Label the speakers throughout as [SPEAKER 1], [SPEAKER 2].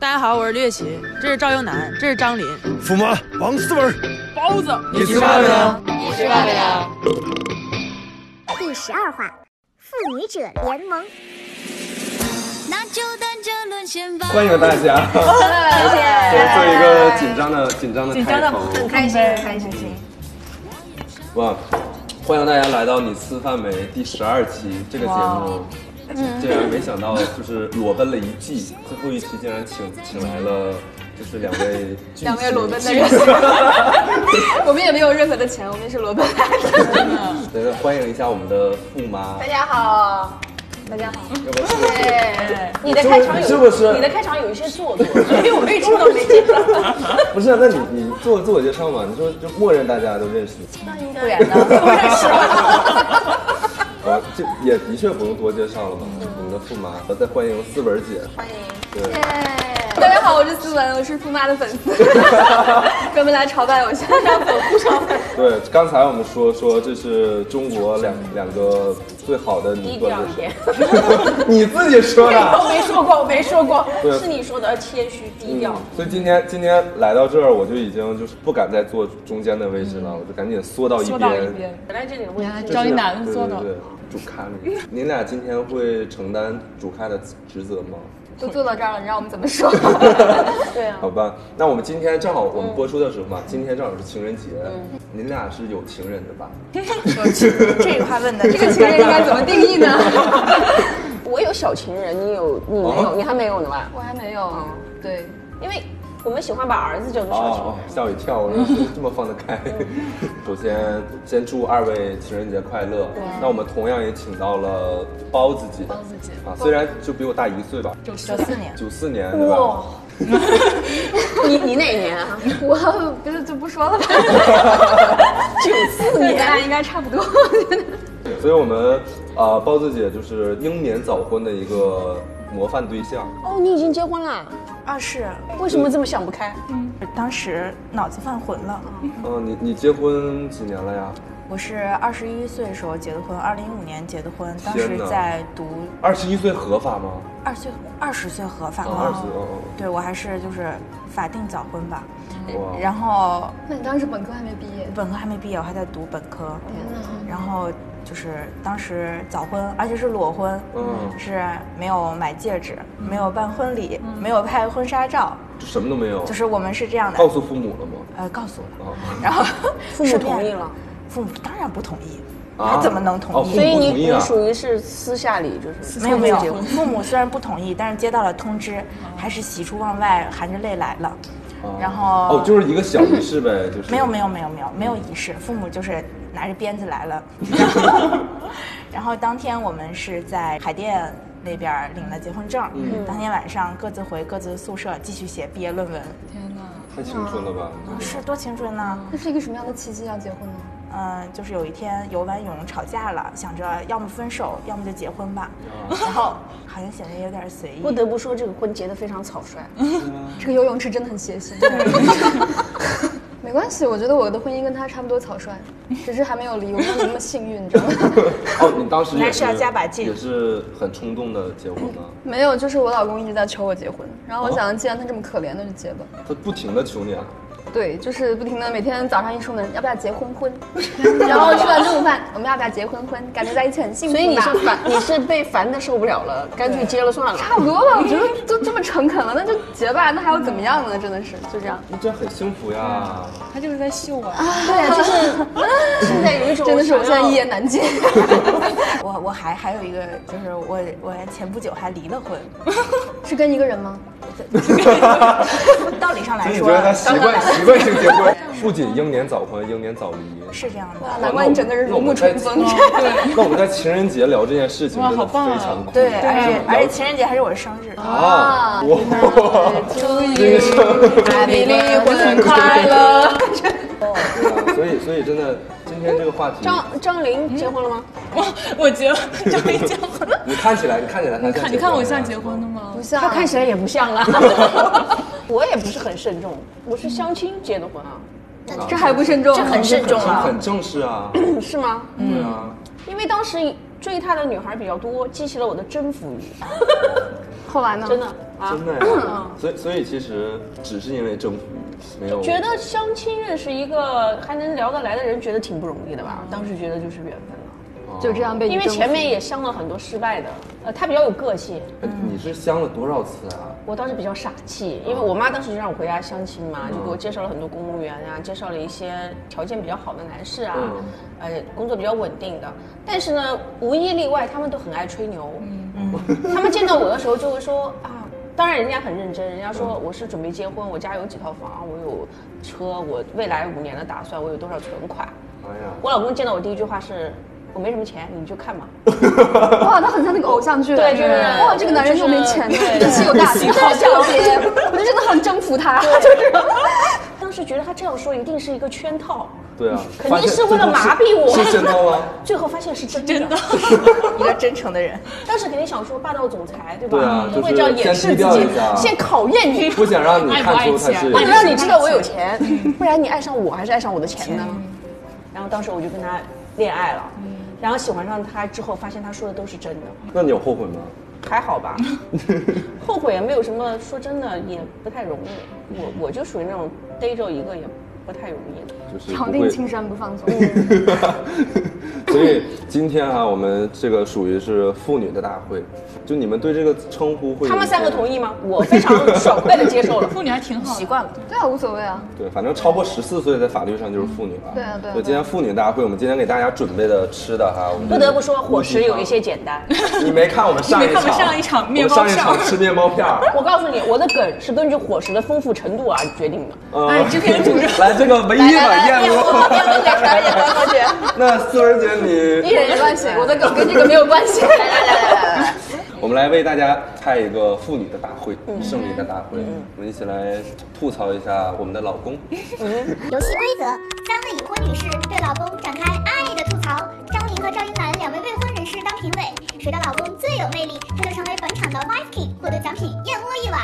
[SPEAKER 1] 大家好，我是略奇，这是赵英男，这是张林，
[SPEAKER 2] 驸马王思文，
[SPEAKER 1] 包子，
[SPEAKER 3] 哦
[SPEAKER 2] 你吃饭没有？
[SPEAKER 1] 你吃饭没有？
[SPEAKER 4] 第十二话，妇女者联盟。
[SPEAKER 5] 那就等着沦陷吧。
[SPEAKER 6] 欢迎大家，先做一个紧张的、紧张的开头。
[SPEAKER 7] 开心开心。
[SPEAKER 6] 哇，欢迎大家来到《你吃饭没》第十二期这个节目。嗯竟然没想到，就是裸奔了一季，最后一期竟然请请来了，就是两位巨星
[SPEAKER 7] 两位裸奔 的人，我们也没有任何的钱，我们是裸奔。
[SPEAKER 6] 对对，欢迎一下我们的驸妈。
[SPEAKER 7] 大家好，大家好。嗯
[SPEAKER 6] 要不是
[SPEAKER 3] 你的开场有
[SPEAKER 6] 是不是
[SPEAKER 3] 你的开场有一些做作，所以我一直都没接受。
[SPEAKER 6] 不是？那你你做自我介绍嘛？你说就默认大家都认识你。
[SPEAKER 3] 不然呢？不认识。
[SPEAKER 6] 啊，这也的确不用多介绍了吧？我们的驸妈，再欢迎思文姐。欢迎。 对。
[SPEAKER 7] 大家好，我是思文，我是驸妈的粉丝， 专门来朝拜我，现在粉不上粉。
[SPEAKER 6] 对，刚才我们说说这是中国两两个最好的女段子手， 你自己说的。啊
[SPEAKER 3] 我没说过，我没说 过
[SPEAKER 6] 对，
[SPEAKER 3] 是你说的谦虚低调。
[SPEAKER 6] 嗯所以今天今天来到这儿，我就已经就是不敢再坐中间的位置
[SPEAKER 7] 嗯
[SPEAKER 6] 了，我就赶紧缩到一边。
[SPEAKER 3] 原来这里的问题，
[SPEAKER 6] 找你男的缩到。对对对，主咖里。您俩今天会承担主咖的职责吗？
[SPEAKER 7] 都坐到这儿了，你让我们怎 么说？
[SPEAKER 3] 对啊，
[SPEAKER 6] 好吧，那我们今天正好我
[SPEAKER 7] 嗯
[SPEAKER 6] 们播出的时候嘛，今天正好是情人节，您俩是有情人的吧？
[SPEAKER 1] 这一块问的，
[SPEAKER 7] 这个情人应该怎么定义呢？
[SPEAKER 3] 我有小情人，你有，你没
[SPEAKER 6] 哦
[SPEAKER 3] 有，你还没有呢吧？哦
[SPEAKER 7] 我还没有，对，
[SPEAKER 3] 因为我们喜欢把儿子叫做小情
[SPEAKER 6] 哦
[SPEAKER 3] 人。，
[SPEAKER 6] 吓我一跳，我说 这么放得开。
[SPEAKER 8] 嗯
[SPEAKER 6] 首先，先祝二位情人节快乐。那我们同样也请到了包子姐，包子姐啊，虽然就比我大一岁吧，九四年，九四年对吧？
[SPEAKER 3] 你你哪年 啊？
[SPEAKER 7] 我不是就不说了吧，
[SPEAKER 3] 九四
[SPEAKER 7] 咱
[SPEAKER 3] 年。
[SPEAKER 7] 俩应该差不多。
[SPEAKER 6] 所以我们呃，包子姐就是英年早婚的一个模范对象。
[SPEAKER 3] 哦，你已经结婚了，
[SPEAKER 8] 啊，是，
[SPEAKER 3] 为什么这么想不开？
[SPEAKER 8] 当时脑子犯混了。
[SPEAKER 6] 嗯，你你结婚几年了呀？
[SPEAKER 8] 我是二十一岁的时候结的婚，二零一五年结的婚，当
[SPEAKER 6] 天
[SPEAKER 8] 时
[SPEAKER 6] 哪
[SPEAKER 8] 在读
[SPEAKER 6] 二十一岁合法吗？
[SPEAKER 8] 二岁二十岁合法
[SPEAKER 6] 啊，
[SPEAKER 8] 嘛
[SPEAKER 6] 二十，哦
[SPEAKER 8] 对我还是就是法定早婚吧。
[SPEAKER 6] 哦，哇。
[SPEAKER 8] 然后
[SPEAKER 7] 那你当时本科还没毕业，
[SPEAKER 8] 本科还没毕业，我还在读本科。然后就是当时早婚，而且是裸婚，
[SPEAKER 6] 嗯
[SPEAKER 8] 是没有买戒指，没有办婚礼，没有拍婚纱照，
[SPEAKER 6] 就什么都没有，
[SPEAKER 8] 就是我们是这样的
[SPEAKER 6] 告。诉父母了吗？
[SPEAKER 8] 呃，告诉我了，
[SPEAKER 6] 啊
[SPEAKER 8] 然后
[SPEAKER 3] 父母同意了，
[SPEAKER 8] 父母当然不同意，
[SPEAKER 6] 啊
[SPEAKER 8] 他怎么能
[SPEAKER 6] 哦
[SPEAKER 8] 同
[SPEAKER 6] 父母
[SPEAKER 8] 意？
[SPEAKER 3] 所以
[SPEAKER 6] 同意
[SPEAKER 3] 你
[SPEAKER 6] 啊
[SPEAKER 3] 你属于是私下里就是
[SPEAKER 8] 没有没有
[SPEAKER 3] 结婚，
[SPEAKER 8] 父母虽然不同意，但是接到了通知，还是喜出望外，含着泪来了。
[SPEAKER 6] 啊
[SPEAKER 8] 然后
[SPEAKER 6] 哦，就是一个小仪式呗，就是
[SPEAKER 8] 没有没有没有没有没有仪式，父母就是拿着鞭子来 了。然后当天我们是在海淀那边儿领了结婚证，
[SPEAKER 6] 嗯
[SPEAKER 8] 当天晚上各自回各自的宿舍继续写毕业论文。
[SPEAKER 6] 太青春了吧？
[SPEAKER 8] 嗯是多青春呢！
[SPEAKER 7] 这是一个什么样的契机要结婚呢？
[SPEAKER 8] 嗯，就是有一天游完泳吵架了，想着要么分手，要么就结婚吧。
[SPEAKER 6] 啊
[SPEAKER 8] 然后好像显得有点随意，
[SPEAKER 3] 不得不说这个婚结得非常草率。
[SPEAKER 7] 这个游泳池真的很邪性。 没关系，我觉得我的婚姻跟他差不多草率，只是还没有离我没有那么幸运，你知道吗？
[SPEAKER 6] 哦，你当时也
[SPEAKER 8] 那是要加把劲
[SPEAKER 6] 也是很冲动的结婚吗？
[SPEAKER 7] 没有，就是我老公一直在求我结婚，然后我想，既然他这么可怜，那就结吧。
[SPEAKER 6] 他不停的求你啊，
[SPEAKER 7] 对，就是不停的每天早上一出门，要不要结婚婚？ 然后吃完中午饭，我们要不要结婚婚？感觉在一起很幸福
[SPEAKER 3] 所以
[SPEAKER 7] 吧。
[SPEAKER 3] 你是烦， 你是被烦的受不了了，干脆结了算了。
[SPEAKER 7] 差不多吧？我觉得都这么诚恳了，那就结吧，那还要怎么样呢？真的是就这样。
[SPEAKER 6] 你这样很幸福 呀。
[SPEAKER 7] 对，就是
[SPEAKER 3] 现在有一种
[SPEAKER 7] 真的是我现
[SPEAKER 3] 想
[SPEAKER 7] 在
[SPEAKER 3] 要
[SPEAKER 7] 一言难尽。
[SPEAKER 8] 我我还还有一个，就是我我前不久还离 了婚，
[SPEAKER 7] 是跟一个人吗？
[SPEAKER 8] 道理上
[SPEAKER 6] 所
[SPEAKER 8] 来
[SPEAKER 6] 以你觉得他
[SPEAKER 8] 说
[SPEAKER 6] 习惯习惯性结婚，不仅英年早婚，英年早离。
[SPEAKER 8] 是这样的。
[SPEAKER 7] 难怪你整个人
[SPEAKER 6] 那我
[SPEAKER 7] 如
[SPEAKER 6] 们
[SPEAKER 7] 沐春风。
[SPEAKER 6] 在 哦那我们在情人节聊这件事情，真的非
[SPEAKER 9] 啊
[SPEAKER 6] 常酷。
[SPEAKER 8] 对，而且而且情人节还是我的生日，
[SPEAKER 6] 啊，哇，
[SPEAKER 8] 你离婚快乐。
[SPEAKER 6] 对 啊所以所以真的，今天这个话题，
[SPEAKER 3] 张张琳结婚了吗？
[SPEAKER 9] 我结了，就没结婚。
[SPEAKER 6] 你看起来，你看起来他像，
[SPEAKER 9] 你看我像结婚的？吗？
[SPEAKER 7] 不像
[SPEAKER 3] 她看起来也不像 了。我也不是很慎重，我是相亲结的婚啊，
[SPEAKER 7] 这还不慎重，这
[SPEAKER 8] 很慎重了
[SPEAKER 6] 很正式啊，
[SPEAKER 3] 是吗？
[SPEAKER 6] 对啊，
[SPEAKER 3] 因为当时追她的女孩比较多，激起了我的征服欲。
[SPEAKER 7] 后来呢？
[SPEAKER 3] 啊真的，
[SPEAKER 6] 真的
[SPEAKER 3] 嗯
[SPEAKER 6] 呀。所以所以其实只是因为征服欲，没有
[SPEAKER 3] 觉得相亲认识一个还能聊得来的人，觉得挺不容易的吧？当时觉得就是缘分了，
[SPEAKER 6] 啊
[SPEAKER 7] 就这样被你
[SPEAKER 3] 因为
[SPEAKER 7] 征服
[SPEAKER 3] 前面也相了很多失败的，呃，他比较有个性，
[SPEAKER 6] 哎你是相了多少次啊？
[SPEAKER 3] 我当时比较傻气，因为我妈当时就让我回家相亲嘛，就给我介绍了很多公务员啊，介绍了一些条件比较好的男士啊，
[SPEAKER 6] 嗯
[SPEAKER 3] 呃，工作比较稳定的。但是呢，无一例外，他们都很爱吹牛。他们见到我的时候就会说啊，当然人家很认真，人家说我是准备结婚，我家有几套房，我有车，我未来五年的打算，我有多少存款。
[SPEAKER 6] 哎呀，
[SPEAKER 3] 我老公见到我第一句话是，我没什么钱，你就看嘛。
[SPEAKER 7] 哇，他很像那个偶像剧，
[SPEAKER 3] 对就是
[SPEAKER 7] 哇，这个男人又没钱，
[SPEAKER 3] 就是
[SPEAKER 7] 力气又大，真的特别，我就真的很征服他，就是
[SPEAKER 3] 当时觉得他这样说一定是一个圈套。
[SPEAKER 6] 对啊，
[SPEAKER 3] 肯
[SPEAKER 6] 发
[SPEAKER 3] 定
[SPEAKER 6] 现
[SPEAKER 3] 是为了麻痹我
[SPEAKER 6] 是是真的 吗？
[SPEAKER 3] 最后发现是真的。
[SPEAKER 8] 一个真诚的人，
[SPEAKER 3] 当时肯定想说霸道总裁，对吧？
[SPEAKER 6] 对啊，
[SPEAKER 3] 会
[SPEAKER 6] 就
[SPEAKER 3] 这样
[SPEAKER 6] 是
[SPEAKER 3] 掩
[SPEAKER 6] 先
[SPEAKER 3] 饰
[SPEAKER 6] 低
[SPEAKER 3] 自
[SPEAKER 6] 调
[SPEAKER 3] 己
[SPEAKER 6] 一下，，
[SPEAKER 3] 先考验你，
[SPEAKER 6] 不想让你
[SPEAKER 9] 爱不
[SPEAKER 6] 看
[SPEAKER 9] 爱
[SPEAKER 6] 出他
[SPEAKER 9] 钱
[SPEAKER 6] 是
[SPEAKER 9] 不
[SPEAKER 3] 我让你知道我有钱， 不然你爱上我还是爱上我的钱呢？然后当时我就跟他恋爱了，
[SPEAKER 9] 嗯
[SPEAKER 3] 然后喜欢上他之后，发现他说的都是真的，
[SPEAKER 6] 那你有后悔吗？
[SPEAKER 3] 还好 吧？后悔也没有什么，说真的也不太容易。我我就属于那种逮着一个也不太容易的。
[SPEAKER 6] 就是不
[SPEAKER 7] 长定
[SPEAKER 6] 会。
[SPEAKER 7] 青山不放纵。
[SPEAKER 6] 所以今天啊，我们这个属于是妇女的大会，就你们对这个称呼会有
[SPEAKER 3] 他们三个同
[SPEAKER 6] 意？
[SPEAKER 3] 意吗？我非常爽快的接受了。
[SPEAKER 9] 妇女还挺好的，
[SPEAKER 8] 习惯了。
[SPEAKER 7] 对啊，无所谓啊，
[SPEAKER 6] 对，反正超过十四岁在法律上就是妇女
[SPEAKER 3] 嗯
[SPEAKER 6] 了。
[SPEAKER 7] 对啊对啊
[SPEAKER 6] 就今天妇女大会，我们今天给大家准备的吃的哈，我们
[SPEAKER 3] 不得不说，伙食有一些简单。
[SPEAKER 6] 你没看我们上一场？
[SPEAKER 9] 你没看我们上一场面包
[SPEAKER 6] 我们上一
[SPEAKER 9] 上
[SPEAKER 6] 场吃面包片儿。
[SPEAKER 3] 我告诉你，我的梗是根据伙食的丰富程度而决定的。
[SPEAKER 6] 呃
[SPEAKER 9] 哎制片主任
[SPEAKER 6] 来这个唯一的燕窝。
[SPEAKER 3] 来来来，高姐，
[SPEAKER 6] 那思文姐你，
[SPEAKER 7] 一人一半钱，我的梗跟这个没有关系。
[SPEAKER 6] 我们来为大家开一个妇女的大会，胜利的大会，我们一起来吐槽一下我们的老公。
[SPEAKER 4] 游戏规则：三位已婚女士对老公展开爱的吐槽，张琳和赵英男两位未婚人士当评委，谁的老公最有魅力，他就成为本场的 Wife King，获得奖品燕窝一碗。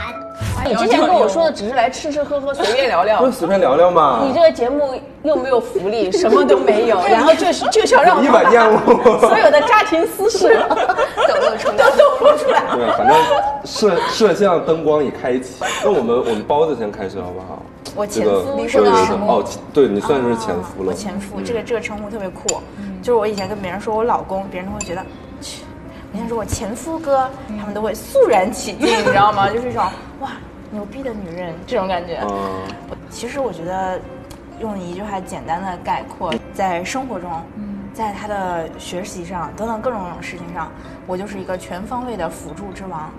[SPEAKER 3] 你之前跟我说的只是来吃吃喝喝随便聊聊
[SPEAKER 6] 不是，随便聊聊嘛。
[SPEAKER 3] 你这个节目又没有福利，什么都没有，然后就是就想让我
[SPEAKER 6] 一碗燕窝
[SPEAKER 3] 所有的家庭私事 都露出来，都露出来。
[SPEAKER 6] 对，反正摄摄像灯光已开启。那我们我们包子先开始好不好？
[SPEAKER 8] 我前
[SPEAKER 6] 这个
[SPEAKER 8] 夫
[SPEAKER 6] 对
[SPEAKER 8] 是吧
[SPEAKER 6] 对对哦，对你算是前夫了。嗯
[SPEAKER 8] 嗯我前夫，这个这个称呼特别酷，就是我以前跟别人说我老公，别人都会觉得，去，别人说我前夫哥，他们都会肃然起敬，你知道吗？就是一种哇牛逼的女人这种感觉。
[SPEAKER 6] 嗯，
[SPEAKER 8] 其实我觉得，用一句话简单的概括，在生活中，在他的学习上等等各种事情上，我就是一个全方位的辅助之王，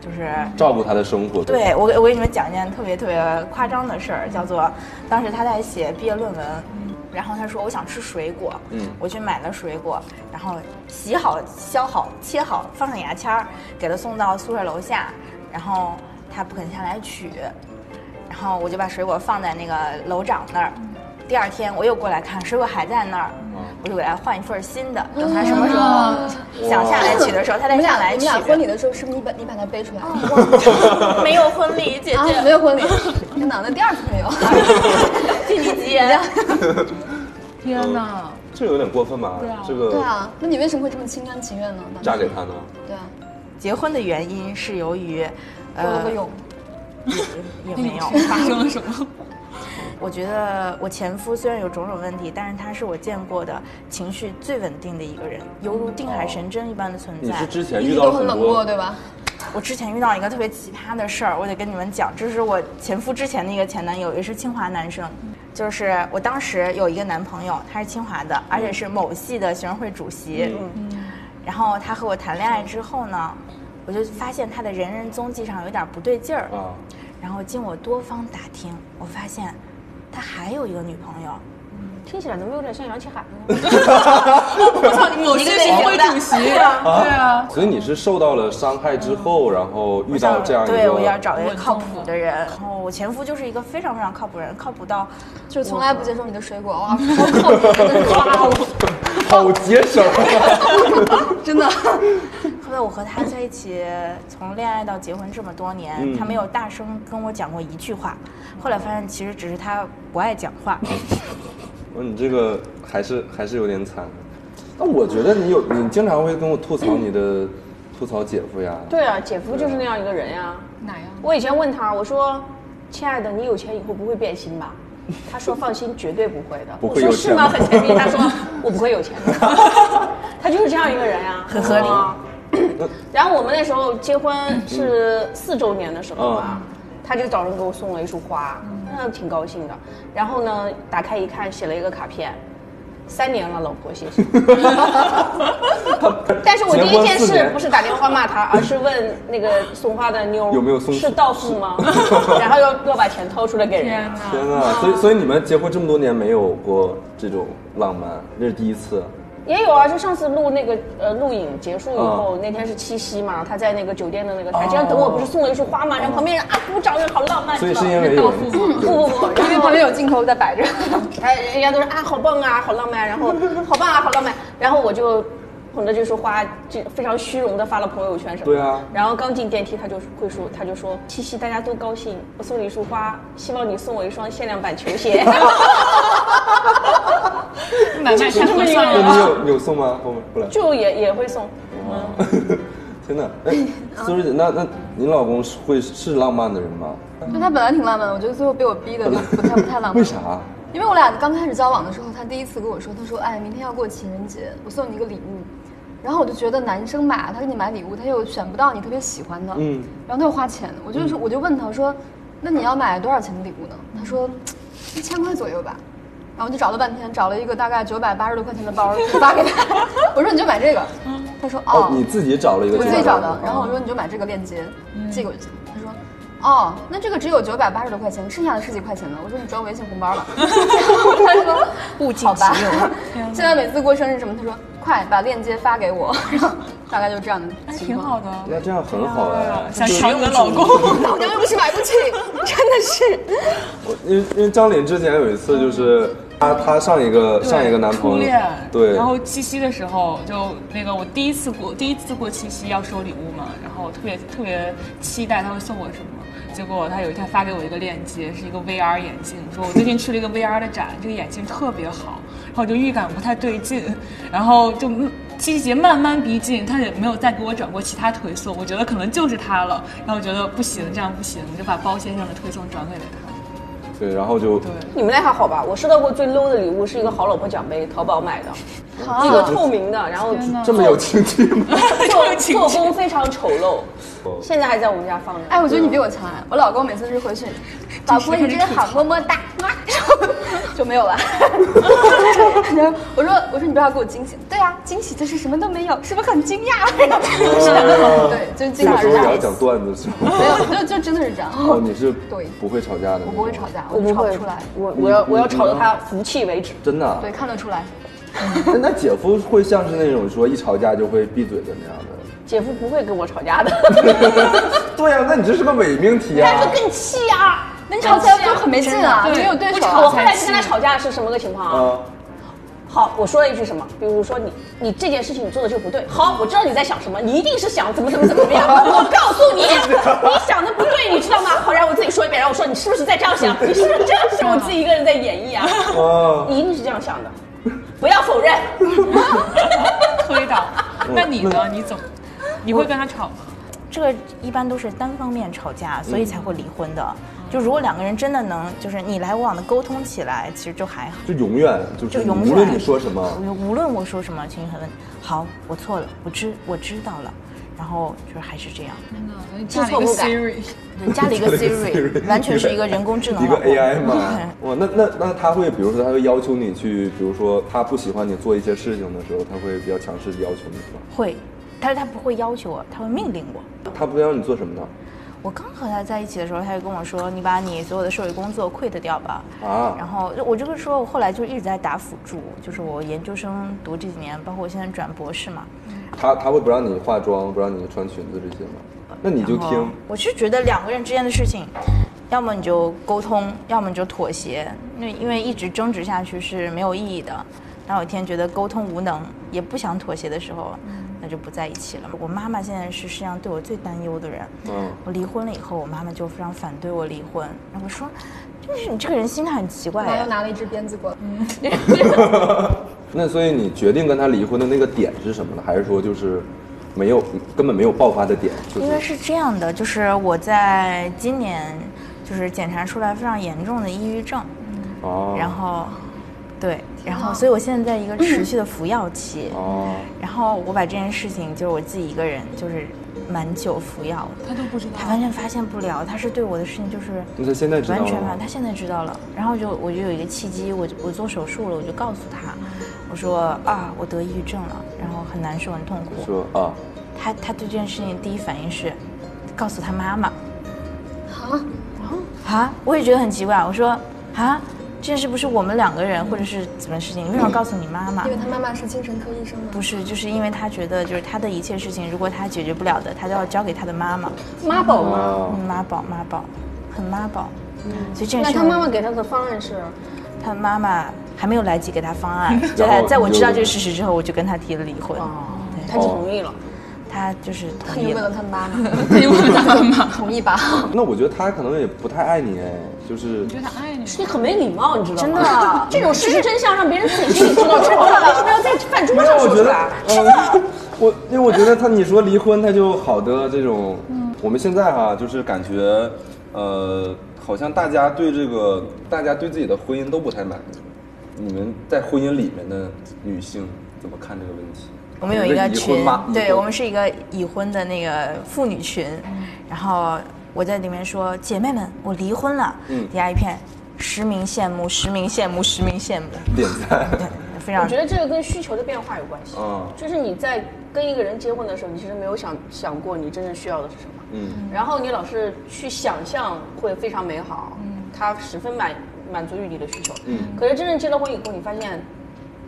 [SPEAKER 8] 就是。
[SPEAKER 6] 照顾他的生活。吧
[SPEAKER 8] 对我给，我给你们讲一件特别特别夸张的事儿，叫做当时他在写毕业论文，然后他说我想吃水果，
[SPEAKER 6] 嗯
[SPEAKER 8] 我去买了水果，然后洗好、削好、切好，放上牙签儿，给他送到宿舍楼下，然后他不肯下来取，然后我就把水果放在那个楼长那儿。第二天我又过来看，水果还在那儿，我就给他换一份儿新的。等他什么时候想下来取的时候，他
[SPEAKER 7] 哦
[SPEAKER 8] 再
[SPEAKER 7] 你们
[SPEAKER 8] 下
[SPEAKER 7] 俩，
[SPEAKER 8] 来
[SPEAKER 7] 你们
[SPEAKER 8] 取。
[SPEAKER 7] 俩婚礼的时候，是不是你把你把他背出来？
[SPEAKER 8] 没有婚礼，姐
[SPEAKER 7] 啊，
[SPEAKER 8] 姐
[SPEAKER 7] 没有婚礼，那哪那第二次没有？
[SPEAKER 8] 敬你吉言。
[SPEAKER 9] 天哪！
[SPEAKER 6] 这个有点过分吧？
[SPEAKER 9] 对啊
[SPEAKER 6] 这个
[SPEAKER 7] 对啊，那你为什么会这么心甘情愿呢？
[SPEAKER 6] 嫁给他呢？
[SPEAKER 7] 对啊，
[SPEAKER 8] 结婚的原因是由于，呃
[SPEAKER 7] 游了个泳，
[SPEAKER 8] 也没有。
[SPEAKER 9] 发生了什么？
[SPEAKER 8] 我觉得我前夫虽然有种种问题，但是他是我见过的情绪最稳定的一个人，犹如定海神针一般的存
[SPEAKER 6] 你是
[SPEAKER 8] 在。
[SPEAKER 6] 之前
[SPEAKER 7] 一
[SPEAKER 6] 遇
[SPEAKER 7] 直
[SPEAKER 6] 到
[SPEAKER 7] 都
[SPEAKER 6] 很
[SPEAKER 7] 很
[SPEAKER 6] 多
[SPEAKER 7] 冷漠，对吧？
[SPEAKER 8] 我之前遇到一个特别奇葩的事儿，我得跟你们讲，这是我前夫之前的一个前男友，也是清华男生。就是我当时有一个男朋友，他是清华的，而且是某系的学生会主席。
[SPEAKER 6] 嗯
[SPEAKER 8] 然后他和我谈恋爱之后呢，我就发现他的人人踪迹上有点不对劲儿。
[SPEAKER 6] 啊？
[SPEAKER 8] 然后经我多方打听，我发现他还有一个女朋友，
[SPEAKER 3] 听起来怎么有点像杨千嬅？
[SPEAKER 9] 我操，某些
[SPEAKER 8] 一个
[SPEAKER 9] 行会主席，对啊，
[SPEAKER 6] 所以你是受到了伤害之后，然后 遇到这样一个
[SPEAKER 8] 对我要找一个靠谱的人。然后我前夫就是一个非常非常靠谱的人，靠谱到
[SPEAKER 7] 就是从来不接受你的水果，哇， 好靠谱，哇
[SPEAKER 6] 好节省。啊
[SPEAKER 7] 真的。
[SPEAKER 8] 后来我和他在一起，从恋爱到结婚这么多年，
[SPEAKER 6] 嗯
[SPEAKER 8] 他没有大声跟我讲过一句话。后来发现其实只是他不爱讲话。
[SPEAKER 6] 哦那你这个还是还是有点惨。那我觉得你有，你经常会跟我吐槽你的吐槽姐夫呀。
[SPEAKER 3] 对啊，姐夫就是那样一个人呀、
[SPEAKER 9] 哪样？
[SPEAKER 3] 我以前问他，我说：“亲爱的，你有钱以后不会变心吧？”他说：“放心，绝对不会的。”
[SPEAKER 6] 不会有
[SPEAKER 3] 我说：“是
[SPEAKER 6] 钱
[SPEAKER 3] 吗？”
[SPEAKER 6] 吗
[SPEAKER 3] 很甜蜜。他说：“我不会有钱的。” 他就是这样一个人啊，很合理。 然后我们那时候结婚
[SPEAKER 6] 嗯
[SPEAKER 3] 是四周年的时候吧，他就找人给我送了一束花，
[SPEAKER 6] 嗯
[SPEAKER 3] 那挺高兴的。然后呢，打开一看，写了一个卡片。三年了，老婆，谢 谢。 但是我第一件
[SPEAKER 6] 结婚四
[SPEAKER 3] 事
[SPEAKER 6] 年
[SPEAKER 3] 不是打电话骂他，而是问那个送花的妞儿
[SPEAKER 6] 有没有松
[SPEAKER 3] 是到付 吗？然后要要把钱掏出来给人。
[SPEAKER 6] 天呐，所以所以你们结婚这么多年没有过这种浪漫，这是第一次。
[SPEAKER 3] 也有啊，就上次录那个呃录影结束以后，那天是七夕嘛，他在那个酒店的那个台阶上等我，不是送了一束花嘛，然后旁边人啊鼓掌，人好浪漫，
[SPEAKER 6] 所以
[SPEAKER 3] 是吧
[SPEAKER 6] 是因为有嗯人
[SPEAKER 3] 不 不不，然
[SPEAKER 7] 因为
[SPEAKER 3] 后
[SPEAKER 7] 旁边有镜头在摆着。
[SPEAKER 3] 哎，人家都是啊，好棒啊，好浪漫，然 后好棒啊，好浪漫，然后我就捧着这束花，就非常虚荣的发了朋友圈什么
[SPEAKER 6] 对
[SPEAKER 3] 的。
[SPEAKER 6] 啊
[SPEAKER 3] 然后刚进电梯，他就会说，他就说七夕大家都高兴，我送你一束花，希望你送我一双限量版球鞋。
[SPEAKER 9] 买卖太合算
[SPEAKER 6] 那
[SPEAKER 9] 了。
[SPEAKER 6] 你有有送吗？后面不来。
[SPEAKER 3] 就也也会送，
[SPEAKER 6] 天呐，哎，
[SPEAKER 7] 嗯
[SPEAKER 6] 苏芮姐，那那您老公是会是浪漫的人吗？
[SPEAKER 7] 就他本来挺浪漫的，我觉得最后被我逼的就不太不太 浪漫。
[SPEAKER 6] 为啥？哦
[SPEAKER 7] 因为我俩刚开始交往的时候，他第一次跟我说，他说：“哎，明天要过情人节，我送你一个礼物。”然后我就觉得男生吧，他给你买礼物，他又选不到你特别喜欢的，
[SPEAKER 6] 嗯
[SPEAKER 7] 然后他又花钱，我就是、我就问他我说：“那你要买多少钱的礼物呢？”他说：“一千块左右吧。”然后我就找了半天，找了一个大概九百八十多块钱的包发给他， 我说：“你就买这个。”他说：“
[SPEAKER 6] 哦，你自己找了一个
[SPEAKER 7] 我
[SPEAKER 6] 这
[SPEAKER 7] 自
[SPEAKER 6] 样，
[SPEAKER 7] 己找的。然后我说
[SPEAKER 6] 哦
[SPEAKER 7] 你就买这个链接，
[SPEAKER 9] 嗯
[SPEAKER 7] 寄给我就行。他说，哦，那这个只有九百八十多块钱，剩下的十几块钱呢。我说你转微信红包了。 然后他 说物尽其
[SPEAKER 9] 啊
[SPEAKER 7] 用。现在每次过生日什么，他说快把链接发给我， 然后大概就这样的
[SPEAKER 9] 哎，
[SPEAKER 7] 情
[SPEAKER 9] 挺
[SPEAKER 7] 况。
[SPEAKER 9] 好
[SPEAKER 3] 嗯
[SPEAKER 9] 的。
[SPEAKER 6] 那这样很好哎。
[SPEAKER 9] 想抢你的老公，
[SPEAKER 7] 老娘又不是买不起，真的是。
[SPEAKER 6] 我因为因为张琳之前有一次就是她她上一个上一个男朋
[SPEAKER 9] 初
[SPEAKER 6] 友
[SPEAKER 9] 恋，
[SPEAKER 6] 对，
[SPEAKER 9] 然后七夕的时候，就那个我第一次过第一次过七夕要收礼物嘛，然后特别特别期待他会送我什么。结果他有一天发给我一个链接，是一个 VR 眼镜，说我最近去了一个 VR 的展，这个眼镜特别好，然后我就预感不太对劲，然后就嗯七夕节慢慢逼近，他也没有再给我转过其他推送，我觉得可能就是他了，然后我觉得不行，这样不行，我就把包先生的推送转给了他。
[SPEAKER 6] 对，然后就
[SPEAKER 3] 你们那还好吧？我收到过最 low 的礼物是一个好老婆奖杯，淘宝买的，一个透明的，然后
[SPEAKER 6] 这么有情趣吗？
[SPEAKER 3] 做做工非常丑陋，现在还在我们家放着。
[SPEAKER 7] 哎，我觉得你比我强哎！我老公每次是 回去，老婆你真好，么么哒， 就没有了。 然后我说我说你不要给我惊喜，对啊，惊喜就是什么都没有，是不是很惊讶？ 对，就是
[SPEAKER 6] 哦哎这
[SPEAKER 7] 惊
[SPEAKER 6] 个
[SPEAKER 7] 讶
[SPEAKER 6] 时候也要
[SPEAKER 7] 是
[SPEAKER 6] 讲段子是吗？
[SPEAKER 7] 没有，就就真的是这样。
[SPEAKER 6] 哦，你是
[SPEAKER 7] 对
[SPEAKER 6] 不会吵架的那种，
[SPEAKER 7] 我不会吵架，
[SPEAKER 3] 我
[SPEAKER 7] 我
[SPEAKER 3] 不
[SPEAKER 7] 吵
[SPEAKER 3] 会
[SPEAKER 7] 不出来，
[SPEAKER 3] 我我要
[SPEAKER 6] 你
[SPEAKER 3] 我要
[SPEAKER 6] 你
[SPEAKER 3] 吵到
[SPEAKER 6] 呢
[SPEAKER 3] 他服气为止。
[SPEAKER 6] 真的啊。
[SPEAKER 7] 对，看得出来。
[SPEAKER 6] 那那姐夫会像是那种说一吵架就会闭嘴的那样的？
[SPEAKER 3] 姐夫不会跟我吵架的，
[SPEAKER 6] 对呀、那你这是个伪命题啊！
[SPEAKER 3] 更气啊！
[SPEAKER 7] 能吵起来就很没劲啊，
[SPEAKER 9] 真的
[SPEAKER 7] 没有对
[SPEAKER 3] 我
[SPEAKER 7] 手
[SPEAKER 3] 吵，我
[SPEAKER 7] 啊。
[SPEAKER 3] 后来跟他吵架是什么个情况啊？
[SPEAKER 6] 啊，
[SPEAKER 3] 好，我说了一句什么？比如说你，你这件事情你做的就不对。好，我知道你在想什么，你一定是想怎么怎么怎么 样。我告诉你，你想的不对，你知道吗？好，让我自己说一遍，然后我说你是不是在这样想？你是不是真的是我自己一个人在演绎啊？
[SPEAKER 6] 哦，
[SPEAKER 3] 你一定是这样想的，不要否认。
[SPEAKER 9] 推倒。那你呢？你怎么？你会跟他吵吗？
[SPEAKER 8] 这个一般都是单方面吵架，所以
[SPEAKER 6] 嗯
[SPEAKER 8] 才会离婚的。就如果两个人真的能，就是你来我往的沟通起来，其实就还好。
[SPEAKER 6] 就永远就是
[SPEAKER 8] 就永远
[SPEAKER 6] 无论你说什么，
[SPEAKER 8] 无无论我说什么，秦宇很问，好，我错了，我知我知道了，然后就是还是这样。
[SPEAKER 9] 你加了一个 Siri，
[SPEAKER 8] 对，加了 一个 Siri，完全是一个人工智能
[SPEAKER 6] 一个
[SPEAKER 8] 老婆
[SPEAKER 6] AI 嘛
[SPEAKER 8] 对。
[SPEAKER 6] 哇，那那那他会，比如说他会要求你去，比如说他不喜欢你做一些事情的时候，他会比较强势的要求你吗？
[SPEAKER 8] 会，但是他不会要求我，他会命令我。
[SPEAKER 6] 他不要你做什么呢？
[SPEAKER 8] 我刚和他在一起的时候，他就跟我说：“你把你所有的社会工作 quit 掉吧。”
[SPEAKER 6] 啊
[SPEAKER 8] 然后我这个时候，我后来就一直在打辅助，就是我研究生读这几年，包括我现在转博士嘛。
[SPEAKER 6] 他他会不让你化妆，不让你穿裙子这些吗？那你就
[SPEAKER 8] 然后
[SPEAKER 6] 听，
[SPEAKER 8] 我是觉得两个人之间的事情，要么你就沟通，要么你就妥协，那因为一直争执下去是没有意义的。然后有一天觉得沟通无能，也不想妥协的时候，
[SPEAKER 6] 嗯
[SPEAKER 8] 那就不在一起了。我妈妈现在是世界上对我最担忧的人。
[SPEAKER 6] 嗯
[SPEAKER 8] 我离婚了以后，我妈妈就非常反对我离婚。然后我说，就是你这个人心态很奇怪啊
[SPEAKER 7] 然后
[SPEAKER 8] 呀
[SPEAKER 7] 又。拿了一支鞭子过来，嗯
[SPEAKER 6] 那所以你决定跟他离婚的那个点是什么呢？还是说就是没有根本没有爆发的点，就
[SPEAKER 8] 因为
[SPEAKER 6] 是
[SPEAKER 8] 是这样的，就是我在今年就是检查出来非常严重的抑郁症，
[SPEAKER 6] 哦，
[SPEAKER 8] 然后对，然
[SPEAKER 9] 哦
[SPEAKER 8] 后所以我现在在一个持续的服药期，
[SPEAKER 6] 哦，
[SPEAKER 8] 然后我把这件事情就是我自己一个人就是蛮久服药的，
[SPEAKER 9] 他都不知道
[SPEAKER 8] 他完全发现不了，他是对我的事情就是
[SPEAKER 6] 那他现在知道
[SPEAKER 8] 完全
[SPEAKER 6] 了
[SPEAKER 8] 吧，
[SPEAKER 6] 吗
[SPEAKER 8] 他？现在知道了。然后就我就有一个契机，我就我做手术了，我就告诉他，我说啊，我得抑郁症了，然后很难受，很痛苦。
[SPEAKER 6] 说啊，
[SPEAKER 8] 他他对这件事情第一反应是告诉他妈妈。啊？啊？我也觉得很奇怪。我说啊，这件事不是我们两个人，或者是怎么事情，你为什么要告诉你妈妈
[SPEAKER 7] 因？为他妈妈是精神科医生嘛。
[SPEAKER 8] 不是，就是因为他觉得，就是他的一切事情，如果他解决不了的，他都要交给他的妈妈。
[SPEAKER 6] 哦
[SPEAKER 8] 嗯
[SPEAKER 3] 妈宝吗？
[SPEAKER 6] 啊，
[SPEAKER 8] 妈宝，妈宝，很妈宝。
[SPEAKER 7] 嗯
[SPEAKER 8] 所以这件
[SPEAKER 3] 那
[SPEAKER 8] 事，
[SPEAKER 3] 他妈妈给他的方案是，
[SPEAKER 8] 他妈妈还没有来及给他方案，就
[SPEAKER 6] 然后
[SPEAKER 8] 在在我
[SPEAKER 6] 你就哦
[SPEAKER 8] 知道这个事实之后，我就跟他提了离婚。
[SPEAKER 3] 他同意了。
[SPEAKER 8] 他就是同
[SPEAKER 7] 他
[SPEAKER 8] 意
[SPEAKER 7] 又问
[SPEAKER 8] 了
[SPEAKER 7] 了。他妈妈， 他又问他妈妈，嗯同意吧？
[SPEAKER 6] 那我觉得他可能也不太爱你哎，就是
[SPEAKER 9] 觉得他爱你吗。
[SPEAKER 3] 你很没礼貌，你知道吗？
[SPEAKER 8] 真的
[SPEAKER 3] 这种事实真相让别人自己心里知道之后，为什么要在饭桌
[SPEAKER 6] 没有，
[SPEAKER 3] 上
[SPEAKER 6] 我
[SPEAKER 3] 说
[SPEAKER 6] 觉
[SPEAKER 3] 出
[SPEAKER 6] 得
[SPEAKER 3] 来？，
[SPEAKER 6] 嗯，我因为我觉得他你说离婚，他就好的这种，
[SPEAKER 8] 嗯
[SPEAKER 6] 我们现在哈、就是感觉，呃，好像大家对这个，大家对自己的婚姻都不太满意。你们在婚姻里面的女性怎么看这个问题？
[SPEAKER 8] 我们有一个
[SPEAKER 6] 离婚
[SPEAKER 8] 群
[SPEAKER 6] 吧，离
[SPEAKER 8] 对
[SPEAKER 6] 婚
[SPEAKER 8] 我们是一个已婚的那个妇女群，然后我在里面说姐妹们，我离婚了，
[SPEAKER 6] 嗯
[SPEAKER 8] 底下一片实名羡慕， 实名羡慕，实名羡慕，
[SPEAKER 6] 点赞，
[SPEAKER 8] 对，非
[SPEAKER 3] 我
[SPEAKER 8] 常
[SPEAKER 3] 觉得这个跟需求的变化有关系。
[SPEAKER 6] 嗯
[SPEAKER 3] 就是你在跟一个人结婚的时候，你其实没有想想过你真正需要的是什么。
[SPEAKER 6] 嗯，
[SPEAKER 3] 然后你老是去想象会非常美好，它十分满满足于你的需求。
[SPEAKER 6] 嗯
[SPEAKER 3] 可是真正结了婚以后，你发现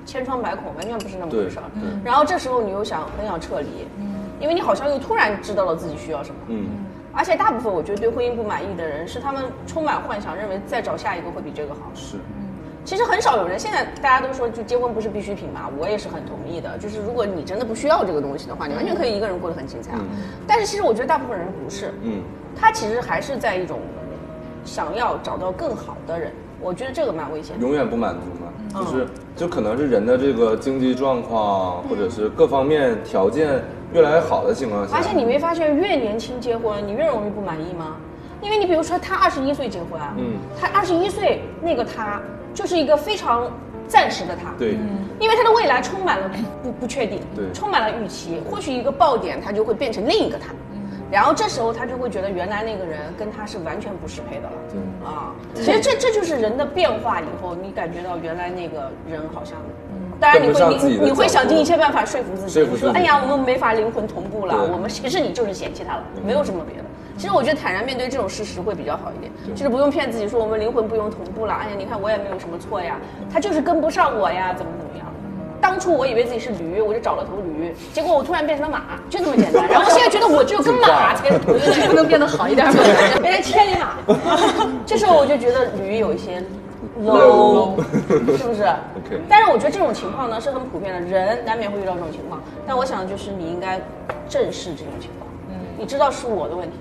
[SPEAKER 3] 千疮百孔，完全不是那么回事儿
[SPEAKER 6] 对对。
[SPEAKER 3] 然后这时候你又想很想撤离，因为你好像又突然知道了自己需要什么。
[SPEAKER 6] 嗯，
[SPEAKER 3] 而且大部分我觉得对婚姻不满意的人，是他们充满幻想，认为再找下一个会比这个好。
[SPEAKER 6] 是，
[SPEAKER 3] 其实很少有人，现在大家都说就结婚不是必需品嘛，我也是很同意的。就是如果你真的不需要这个东西的话，你完全可以一个人过得很精彩啊。但是其实我觉得大部分人不是，
[SPEAKER 6] 嗯，
[SPEAKER 3] 他其实还是在一种想要找到更好的人，我觉得这个蛮危险的。
[SPEAKER 6] 永远不满足嘛，就是就可能是人的这个经济状况或者是各方面条件越来越好的情况下，
[SPEAKER 3] 而且你没发现越年轻结婚，你越容易不满意吗？因为你比如说他二十一岁结婚啊，
[SPEAKER 6] 嗯
[SPEAKER 3] 他二十一岁那个他就是一个非常暂时的他，
[SPEAKER 6] 对，
[SPEAKER 3] 因为他的未来充满了不不确定，
[SPEAKER 6] 对
[SPEAKER 3] 充满了预期，或许一个爆点，他就会变成另一个他。
[SPEAKER 6] 嗯
[SPEAKER 3] 然后这时候他就会觉得原来那个人跟他是完全不适配的了，啊，其实这这就是人的变化。以后你感觉到原来那个人好像，当然你
[SPEAKER 6] 嗯跟不上
[SPEAKER 3] 会
[SPEAKER 6] 自己
[SPEAKER 3] 你
[SPEAKER 6] 的
[SPEAKER 3] 你会
[SPEAKER 6] 脚
[SPEAKER 3] 想
[SPEAKER 6] 步
[SPEAKER 3] 尽一切办法说服自己，
[SPEAKER 6] 说服
[SPEAKER 3] 你说
[SPEAKER 6] 自己
[SPEAKER 3] 哎呀，我们没法灵魂同步了，
[SPEAKER 6] 对
[SPEAKER 3] 我们其实你就是嫌弃他了，没有什么别的。其实我觉得坦然面对这种事实会比较好一点，就是不用骗自己说我们灵魂不用同步了。哎呀，你看我也没有什么错呀，他就是跟不上我呀，怎么怎么样。当初我以为自己是驴，我就找了头驴，结果我突然变成了马，就这么简单。然后现在觉得我只有跟马才是同一个人，不能变得好一点吗？ 别人牵你马。 这时候我就觉得驴有一些 low，是 不是
[SPEAKER 6] OK
[SPEAKER 3] 但是我觉得这种情况呢是很普遍的，人难免会遇到这种情况。但我想就是你应该正视这种情况，你知道是我的问题，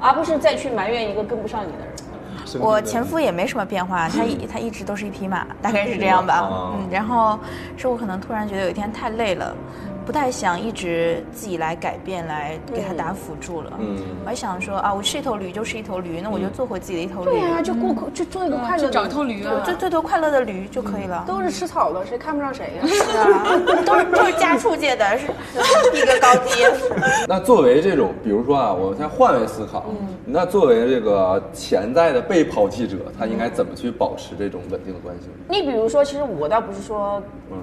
[SPEAKER 3] 而不是再去埋怨一个跟不上你的人。
[SPEAKER 8] 我前夫也没什么变化，他一他一直都是一匹马，大概是这样吧。
[SPEAKER 6] 哦
[SPEAKER 8] 嗯，然后是我可能突然觉得有一天太累了，不太想一直自己来改变，来给他打辅助了。
[SPEAKER 6] 嗯
[SPEAKER 8] 我还想说啊，我是一头驴就是一头驴，那我就做回自己的一头驴，
[SPEAKER 3] 对呀、就过哦就做一个快乐的
[SPEAKER 9] 去找头驴啊
[SPEAKER 3] 对
[SPEAKER 8] 就最多快乐的驴就可以了。
[SPEAKER 3] 都是吃草的，谁看不上谁 呀、
[SPEAKER 8] 是啊，都是都是家畜界的，是一个高低。
[SPEAKER 6] 那作为这种，比如说啊，我现在换位思考，那作为这个潜在的被抛弃者，他应该怎么去保持这种稳定的关系？
[SPEAKER 3] 你比如说，其实我倒不是说
[SPEAKER 6] 嗯，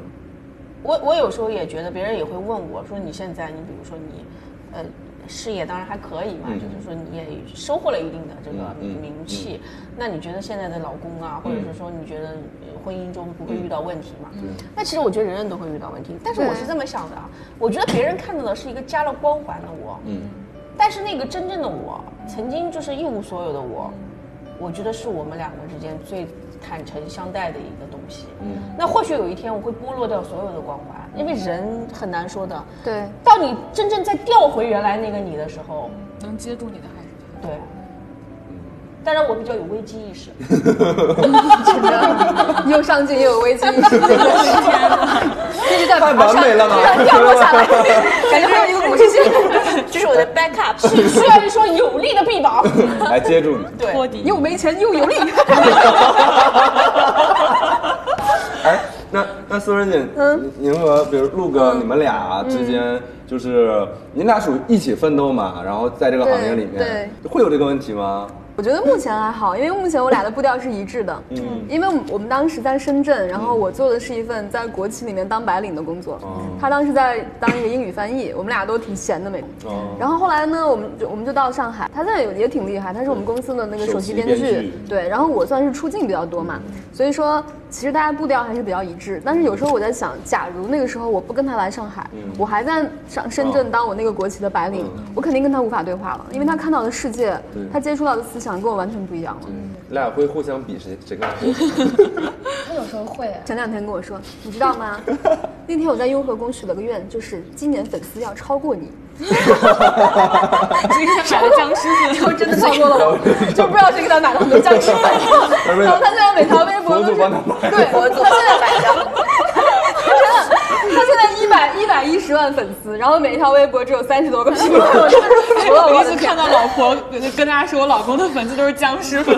[SPEAKER 3] 我我有时候也觉得别人也会问我说你现在你比如说你，呃，事业当然还可以嘛，
[SPEAKER 6] 嗯
[SPEAKER 3] 就是说你也收获了一定的这个
[SPEAKER 6] 嗯嗯嗯
[SPEAKER 3] 名气，那你觉得现在的老公啊，或者是说你觉得呃婚姻中不会遇到问题嘛？那其实我觉得人人都会遇到问题，但是我是这么想的啊，我觉得别人看到的是一个加了光环的我，
[SPEAKER 6] 嗯，
[SPEAKER 3] 但是那个真正的我，曾经就是一无所有的我，我觉得是我们两个之间最坦诚相待的一个东西。
[SPEAKER 6] 嗯，
[SPEAKER 3] 那或许有一天我会剥落掉所有的光环，因为人很难说的。
[SPEAKER 7] 对，
[SPEAKER 3] 到你真正再调回原来那个你的时候，
[SPEAKER 9] 能接住你的还是
[SPEAKER 3] 对，但是我比较有危机意识，
[SPEAKER 7] 又上进又有 危机意识，这是在
[SPEAKER 6] 太完美 了嘛
[SPEAKER 7] 突然掉落下来，感觉还有一个故事线，
[SPEAKER 8] 这是我的 backup，
[SPEAKER 3] 是需要一双有力的臂膀。
[SPEAKER 6] 来接住你。
[SPEAKER 9] 托底
[SPEAKER 7] 又没钱又 有 力。
[SPEAKER 6] 哎，那那思文姐，
[SPEAKER 7] 嗯
[SPEAKER 6] 您和比如陆哥，你们俩之间就是您俩属于一起奋斗嘛，然后在这个行业里面，会有这个问题吗？
[SPEAKER 7] 我觉得目前还好，因为目前我俩的步调是一致的。
[SPEAKER 6] 嗯
[SPEAKER 7] 因为我们当时在深圳，然后我做的是一份在国企里面当白领的工作
[SPEAKER 6] 哦，
[SPEAKER 7] 他当时在当一个英语翻译，我们俩都挺闲的每天。
[SPEAKER 6] 哦
[SPEAKER 7] 然后后来呢，我们就我们就到上海，他现在也也挺厉害，他是我们公司的那个
[SPEAKER 6] 首
[SPEAKER 7] 首
[SPEAKER 6] 席
[SPEAKER 7] 席
[SPEAKER 6] 编
[SPEAKER 7] 编
[SPEAKER 6] 剧
[SPEAKER 7] 剧，对。然后我算是出镜比较多嘛，所以说其实大家步调还是比较一致。但是有时候我在想，假如那个时候我不跟他来上海
[SPEAKER 6] 嗯，
[SPEAKER 7] 我还在上深
[SPEAKER 6] 哦
[SPEAKER 7] 圳当我那个国企的白领
[SPEAKER 6] 嗯，
[SPEAKER 7] 我肯定跟他无法对话了，因为他看到的世界
[SPEAKER 6] 对，
[SPEAKER 7] 他接触到的思想跟我完全不一样了。
[SPEAKER 6] 你嗯俩会互相比谁谁更火？
[SPEAKER 10] 他有时候会，
[SPEAKER 7] 前两天跟我说，你知道吗？那天我在雍和宫许了个愿，就是今年粉丝要超过你，
[SPEAKER 9] 今天买了僵尸
[SPEAKER 7] 然后真的超过了我，就不知道谁给他买了很多僵尸粉。然后他现在每条微博都
[SPEAKER 6] 佛祖
[SPEAKER 7] 是，
[SPEAKER 6] 帮他买
[SPEAKER 7] 对，他现在买的。他现在一百一百一十万粉丝，然后每一条微博只有三十多个评论，我真的服了
[SPEAKER 9] 我
[SPEAKER 7] 我
[SPEAKER 9] 一
[SPEAKER 7] 的
[SPEAKER 9] 次
[SPEAKER 7] 天
[SPEAKER 9] 看！到老婆跟大家说，我老公的粉丝都是僵尸粉，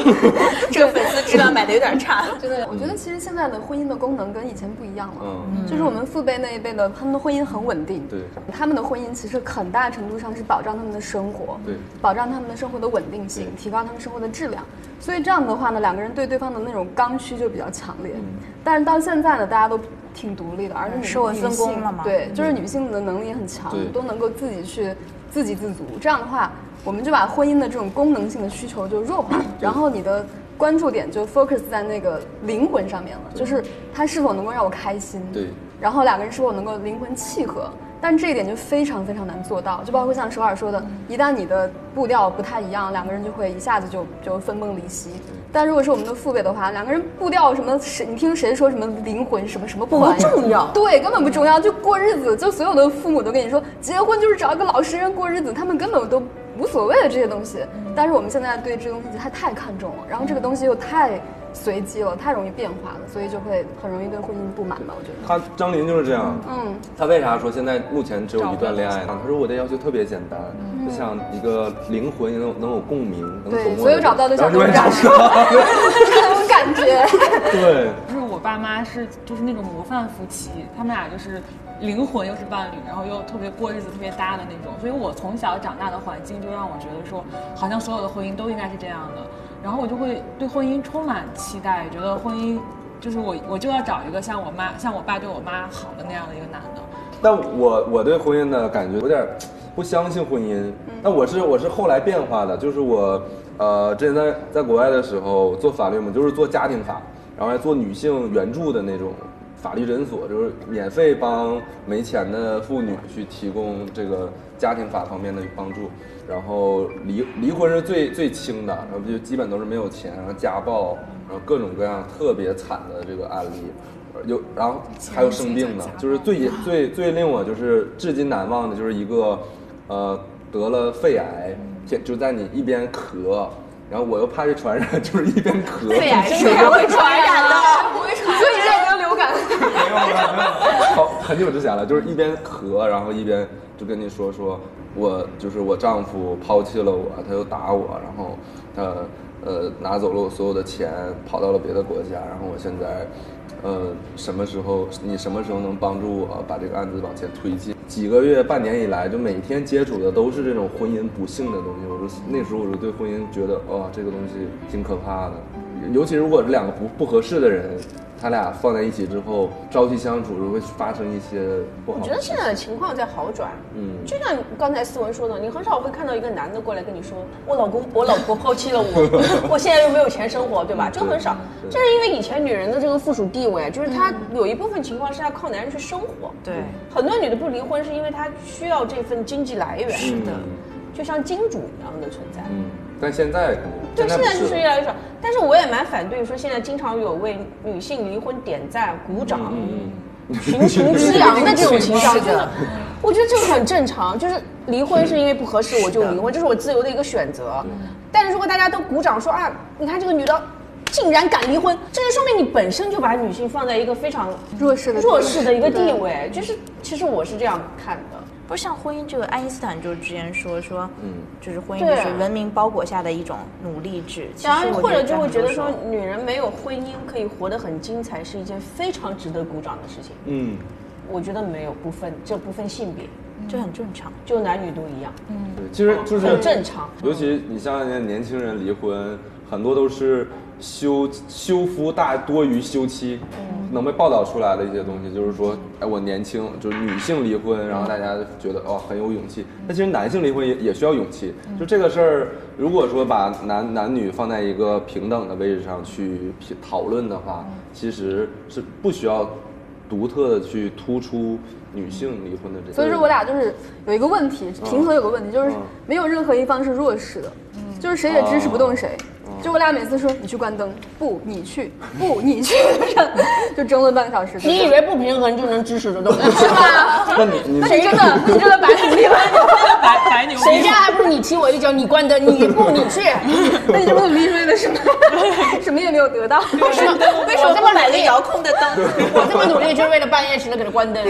[SPEAKER 8] 这个粉丝质量买的有点差。
[SPEAKER 7] 真的，我觉得其实现在的婚姻的功能跟以前不一样了。
[SPEAKER 6] 嗯，
[SPEAKER 7] 就是我们父辈那一辈的，他们的婚姻很稳定，
[SPEAKER 6] 对
[SPEAKER 7] 他们的婚姻其实很大程度上是保障他们的生活，
[SPEAKER 6] 对
[SPEAKER 7] 保障他们的生活的稳定性，提高他们生活的质量。所以这样的话呢，两个人对对方的那种刚需就比较强烈。
[SPEAKER 6] 嗯
[SPEAKER 7] 但是到现在呢，大家都挺独立的，而且
[SPEAKER 8] 社会分工了嘛
[SPEAKER 7] 对，就是女性的能力很强
[SPEAKER 6] 对，
[SPEAKER 7] 都能够自己去自给自足。这样的话，我们就把婚姻的这种功能性的需求就弱化，然后你的。关注点就 focus 在那个灵魂上面了，就是它是否能够让我开心，
[SPEAKER 6] 对
[SPEAKER 7] 然后两个人是否能够灵魂契合，但这一点就非常非常难做到。就包括像首尔说的，一旦你的步调不太一样，两个人就会一下子就就分崩离析。但如果是我们的父辈的话，两个人步调什么谁，你听谁说什么灵魂什么什么不玩意儿
[SPEAKER 3] 不重要
[SPEAKER 7] 对，根本不重要，就过日子。就所有的父母都跟你说，结婚就是找一个老实人过日子，他们根本都无所谓的这些东西。但是我们现在对这个东西太太看重了，然后这个东西又太随机了，太容易变化了，所以就会很容易对婚姻不满吧，我觉得。
[SPEAKER 6] 他张琳就是这样。
[SPEAKER 7] 嗯，
[SPEAKER 6] 他为啥说现在目前只有一段恋爱呢？他说我这要求特别简单，就想一个灵魂能有能有共鸣，能走
[SPEAKER 7] 嗯对，
[SPEAKER 6] 过
[SPEAKER 7] 所有找不到对象都
[SPEAKER 6] 然
[SPEAKER 7] 是
[SPEAKER 6] 后
[SPEAKER 7] 这
[SPEAKER 6] 就会
[SPEAKER 7] 样，
[SPEAKER 6] 找不到
[SPEAKER 7] 这种感觉。
[SPEAKER 6] 对，
[SPEAKER 9] 就是我爸妈是就是那种模范夫妻，他们俩就是灵魂又是伴侣，然后又特别过日子特别搭的那种，所以我从小长大的环境就让我觉得说，好像所有的婚姻都应该是这样的，然后我就会对婚姻充满期待，觉得婚姻就是我我就要找一个像我妈像我爸对我妈好的那样的一个男的，
[SPEAKER 6] 但我我对婚姻的感觉有点儿不相信婚姻。但我是我是后来变化的，就是我呃之前在在国外的时候做法律嘛，就是做家庭法，然后还做女性援助的那种法律诊所，就是免费帮没钱的妇女去提供这个家庭法方面的帮助。然后离离婚是最最轻的，然后就基本都是没有钱，然后家暴，然后各种各样特别惨的这个案例。有，然后还有生病的，就是最也最最令我就是至今难忘的，就是一个，呃，得了肺癌，天就在你一边咳，然后我又怕这传染， 就是一边咳，肺癌是
[SPEAKER 8] 还会传染的，
[SPEAKER 7] 所以这个流感，
[SPEAKER 6] 没有了，没有了，好，很久之前了，就是一边咳，然后一边就跟你说说，我就是我丈夫抛弃了我，他又打我，然后他呃拿走了我所有的钱，跑到了别的国家，然后我现在呃什么时候你什么时候能帮助我把这个案子往前推进？几个月、半年以来，就每天接触的都是这种婚姻不幸的东西。我就那时候我就对婚姻觉得，哇、这个东西挺可怕的。尤其如果是两个不不合适的人，他俩放在一起之后，朝夕相处就会发生一些不好
[SPEAKER 3] 我
[SPEAKER 6] 的事情。
[SPEAKER 3] 觉得现在的情况在好转，
[SPEAKER 6] 嗯
[SPEAKER 3] 就像刚才思文说的，你很少会看到一个男的过来跟你说，我老公，我老 婆抛弃了我，我现在又没有钱生活，对吧？这个很少，
[SPEAKER 6] 对
[SPEAKER 3] 这是因为以前女人的这个附属地位，就是她有一部分情况是要靠男人去生活，
[SPEAKER 8] 对，
[SPEAKER 3] 很多女的不离婚是因为她需要这份经济来源，是
[SPEAKER 6] 的
[SPEAKER 3] 就像金主一样的存在。
[SPEAKER 6] 嗯，但现在可能
[SPEAKER 3] 对，现
[SPEAKER 6] 不
[SPEAKER 3] 在就是是越来越少，但是我也蛮反对说现在经常有为女性离婚点赞鼓掌，
[SPEAKER 6] 嗯嗯嗯
[SPEAKER 3] 群情激昂的这种情商，
[SPEAKER 7] 是
[SPEAKER 3] 真的
[SPEAKER 7] 的，
[SPEAKER 3] 我觉得这个很正常。就是离婚是因为不合适我就离婚，这是我自由的一个选择。但是如果大家都鼓掌说啊，你看这个女的竟然敢离婚，这就说明你本身就把女性放在一个非常
[SPEAKER 7] 弱势的地位
[SPEAKER 3] 弱势的一个地
[SPEAKER 7] 对
[SPEAKER 3] 位。就是其实我是这样看的，
[SPEAKER 8] 不是像婚姻这个，爱因斯坦就之前说说，嗯，就是婚姻
[SPEAKER 3] 对
[SPEAKER 8] 就是文明包裹下的一种努力制。其实
[SPEAKER 3] 然后
[SPEAKER 8] 我
[SPEAKER 3] 或者就
[SPEAKER 8] 咱
[SPEAKER 3] 会
[SPEAKER 8] 们
[SPEAKER 3] 觉得
[SPEAKER 8] 都
[SPEAKER 3] 说，女人没有婚姻可以活得很精彩，是一件非常值得鼓掌的事情。
[SPEAKER 6] 嗯，
[SPEAKER 3] 我觉得没有不分这不分性别，
[SPEAKER 8] 这很正常。
[SPEAKER 3] 就男女都一样，
[SPEAKER 6] 对，其
[SPEAKER 7] 哦
[SPEAKER 6] 实就是
[SPEAKER 3] 很正常。
[SPEAKER 6] 尤其你像现在年轻人离婚，很多都是休休夫大多于休妻，
[SPEAKER 7] 嗯
[SPEAKER 6] 能被报道出来的一些东西，就是说，哎，我年轻，就是女性离婚，然后大家觉得哦很有勇气，但其实男性离婚也也需要勇气。
[SPEAKER 7] 嗯
[SPEAKER 6] 就这个事儿，如果说把男男女放在一个平等的位置上去评讨论的话，
[SPEAKER 7] 嗯
[SPEAKER 6] 其实是不需要独特的去突出女性离婚的这个。
[SPEAKER 7] 所以说我俩就是有一个问题，平衡有个问题，就是
[SPEAKER 6] 嗯
[SPEAKER 7] 没有任何一方是弱势的，就是谁也支持不动谁。就我俩每次说你去关灯，不你去，不你去，就争论半个小时。
[SPEAKER 3] 你以为不平衡就能支持得 动？
[SPEAKER 7] 是吧？
[SPEAKER 6] 那你你
[SPEAKER 7] 那你真的，你真的白努力了，
[SPEAKER 9] 白白牛逼，
[SPEAKER 3] 谁家还不是你踢我一脚，你关灯，你不你 去，
[SPEAKER 7] 那你这不努力为了什么？什么也没有得到。
[SPEAKER 3] 为什么这么努力？
[SPEAKER 8] 控的 灯，
[SPEAKER 3] 我这么努力就是为了半夜时的给他关灯。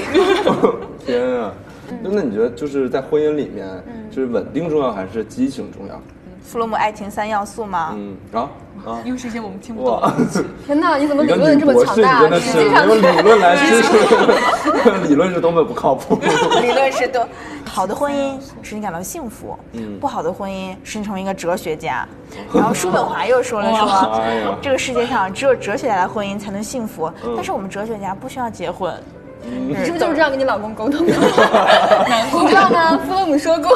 [SPEAKER 6] 天啊！
[SPEAKER 9] 嗯
[SPEAKER 6] 那那你觉得就是在婚姻里面，就是稳定重要还是激情重要？
[SPEAKER 8] 弗洛姆爱情三要素嘛，
[SPEAKER 6] 嗯啊啊！
[SPEAKER 9] 又是一些我们听不懂
[SPEAKER 6] 哇
[SPEAKER 9] 的。，
[SPEAKER 7] 天哪，你怎么
[SPEAKER 6] 你
[SPEAKER 7] 理
[SPEAKER 6] 个女
[SPEAKER 7] 论这么
[SPEAKER 6] 博士，你
[SPEAKER 7] 强大？啊
[SPEAKER 6] 真的
[SPEAKER 9] 啊
[SPEAKER 7] 实
[SPEAKER 6] 是
[SPEAKER 7] 际上
[SPEAKER 6] 用理论来支 持，理论是多么不靠 谱。
[SPEAKER 8] 理论是多。好的婚姻使你感到幸福，不好的婚姻使你成为一个哲学家。嗯然后叔本华又说了
[SPEAKER 6] 哇哎呀
[SPEAKER 8] 说，这个世界上只有哲学家的婚姻才能幸福，但是我们哲学家不需要结婚。
[SPEAKER 7] 你是不是就是这样跟你老公沟通的？你知 道吗？弗洛姆说过，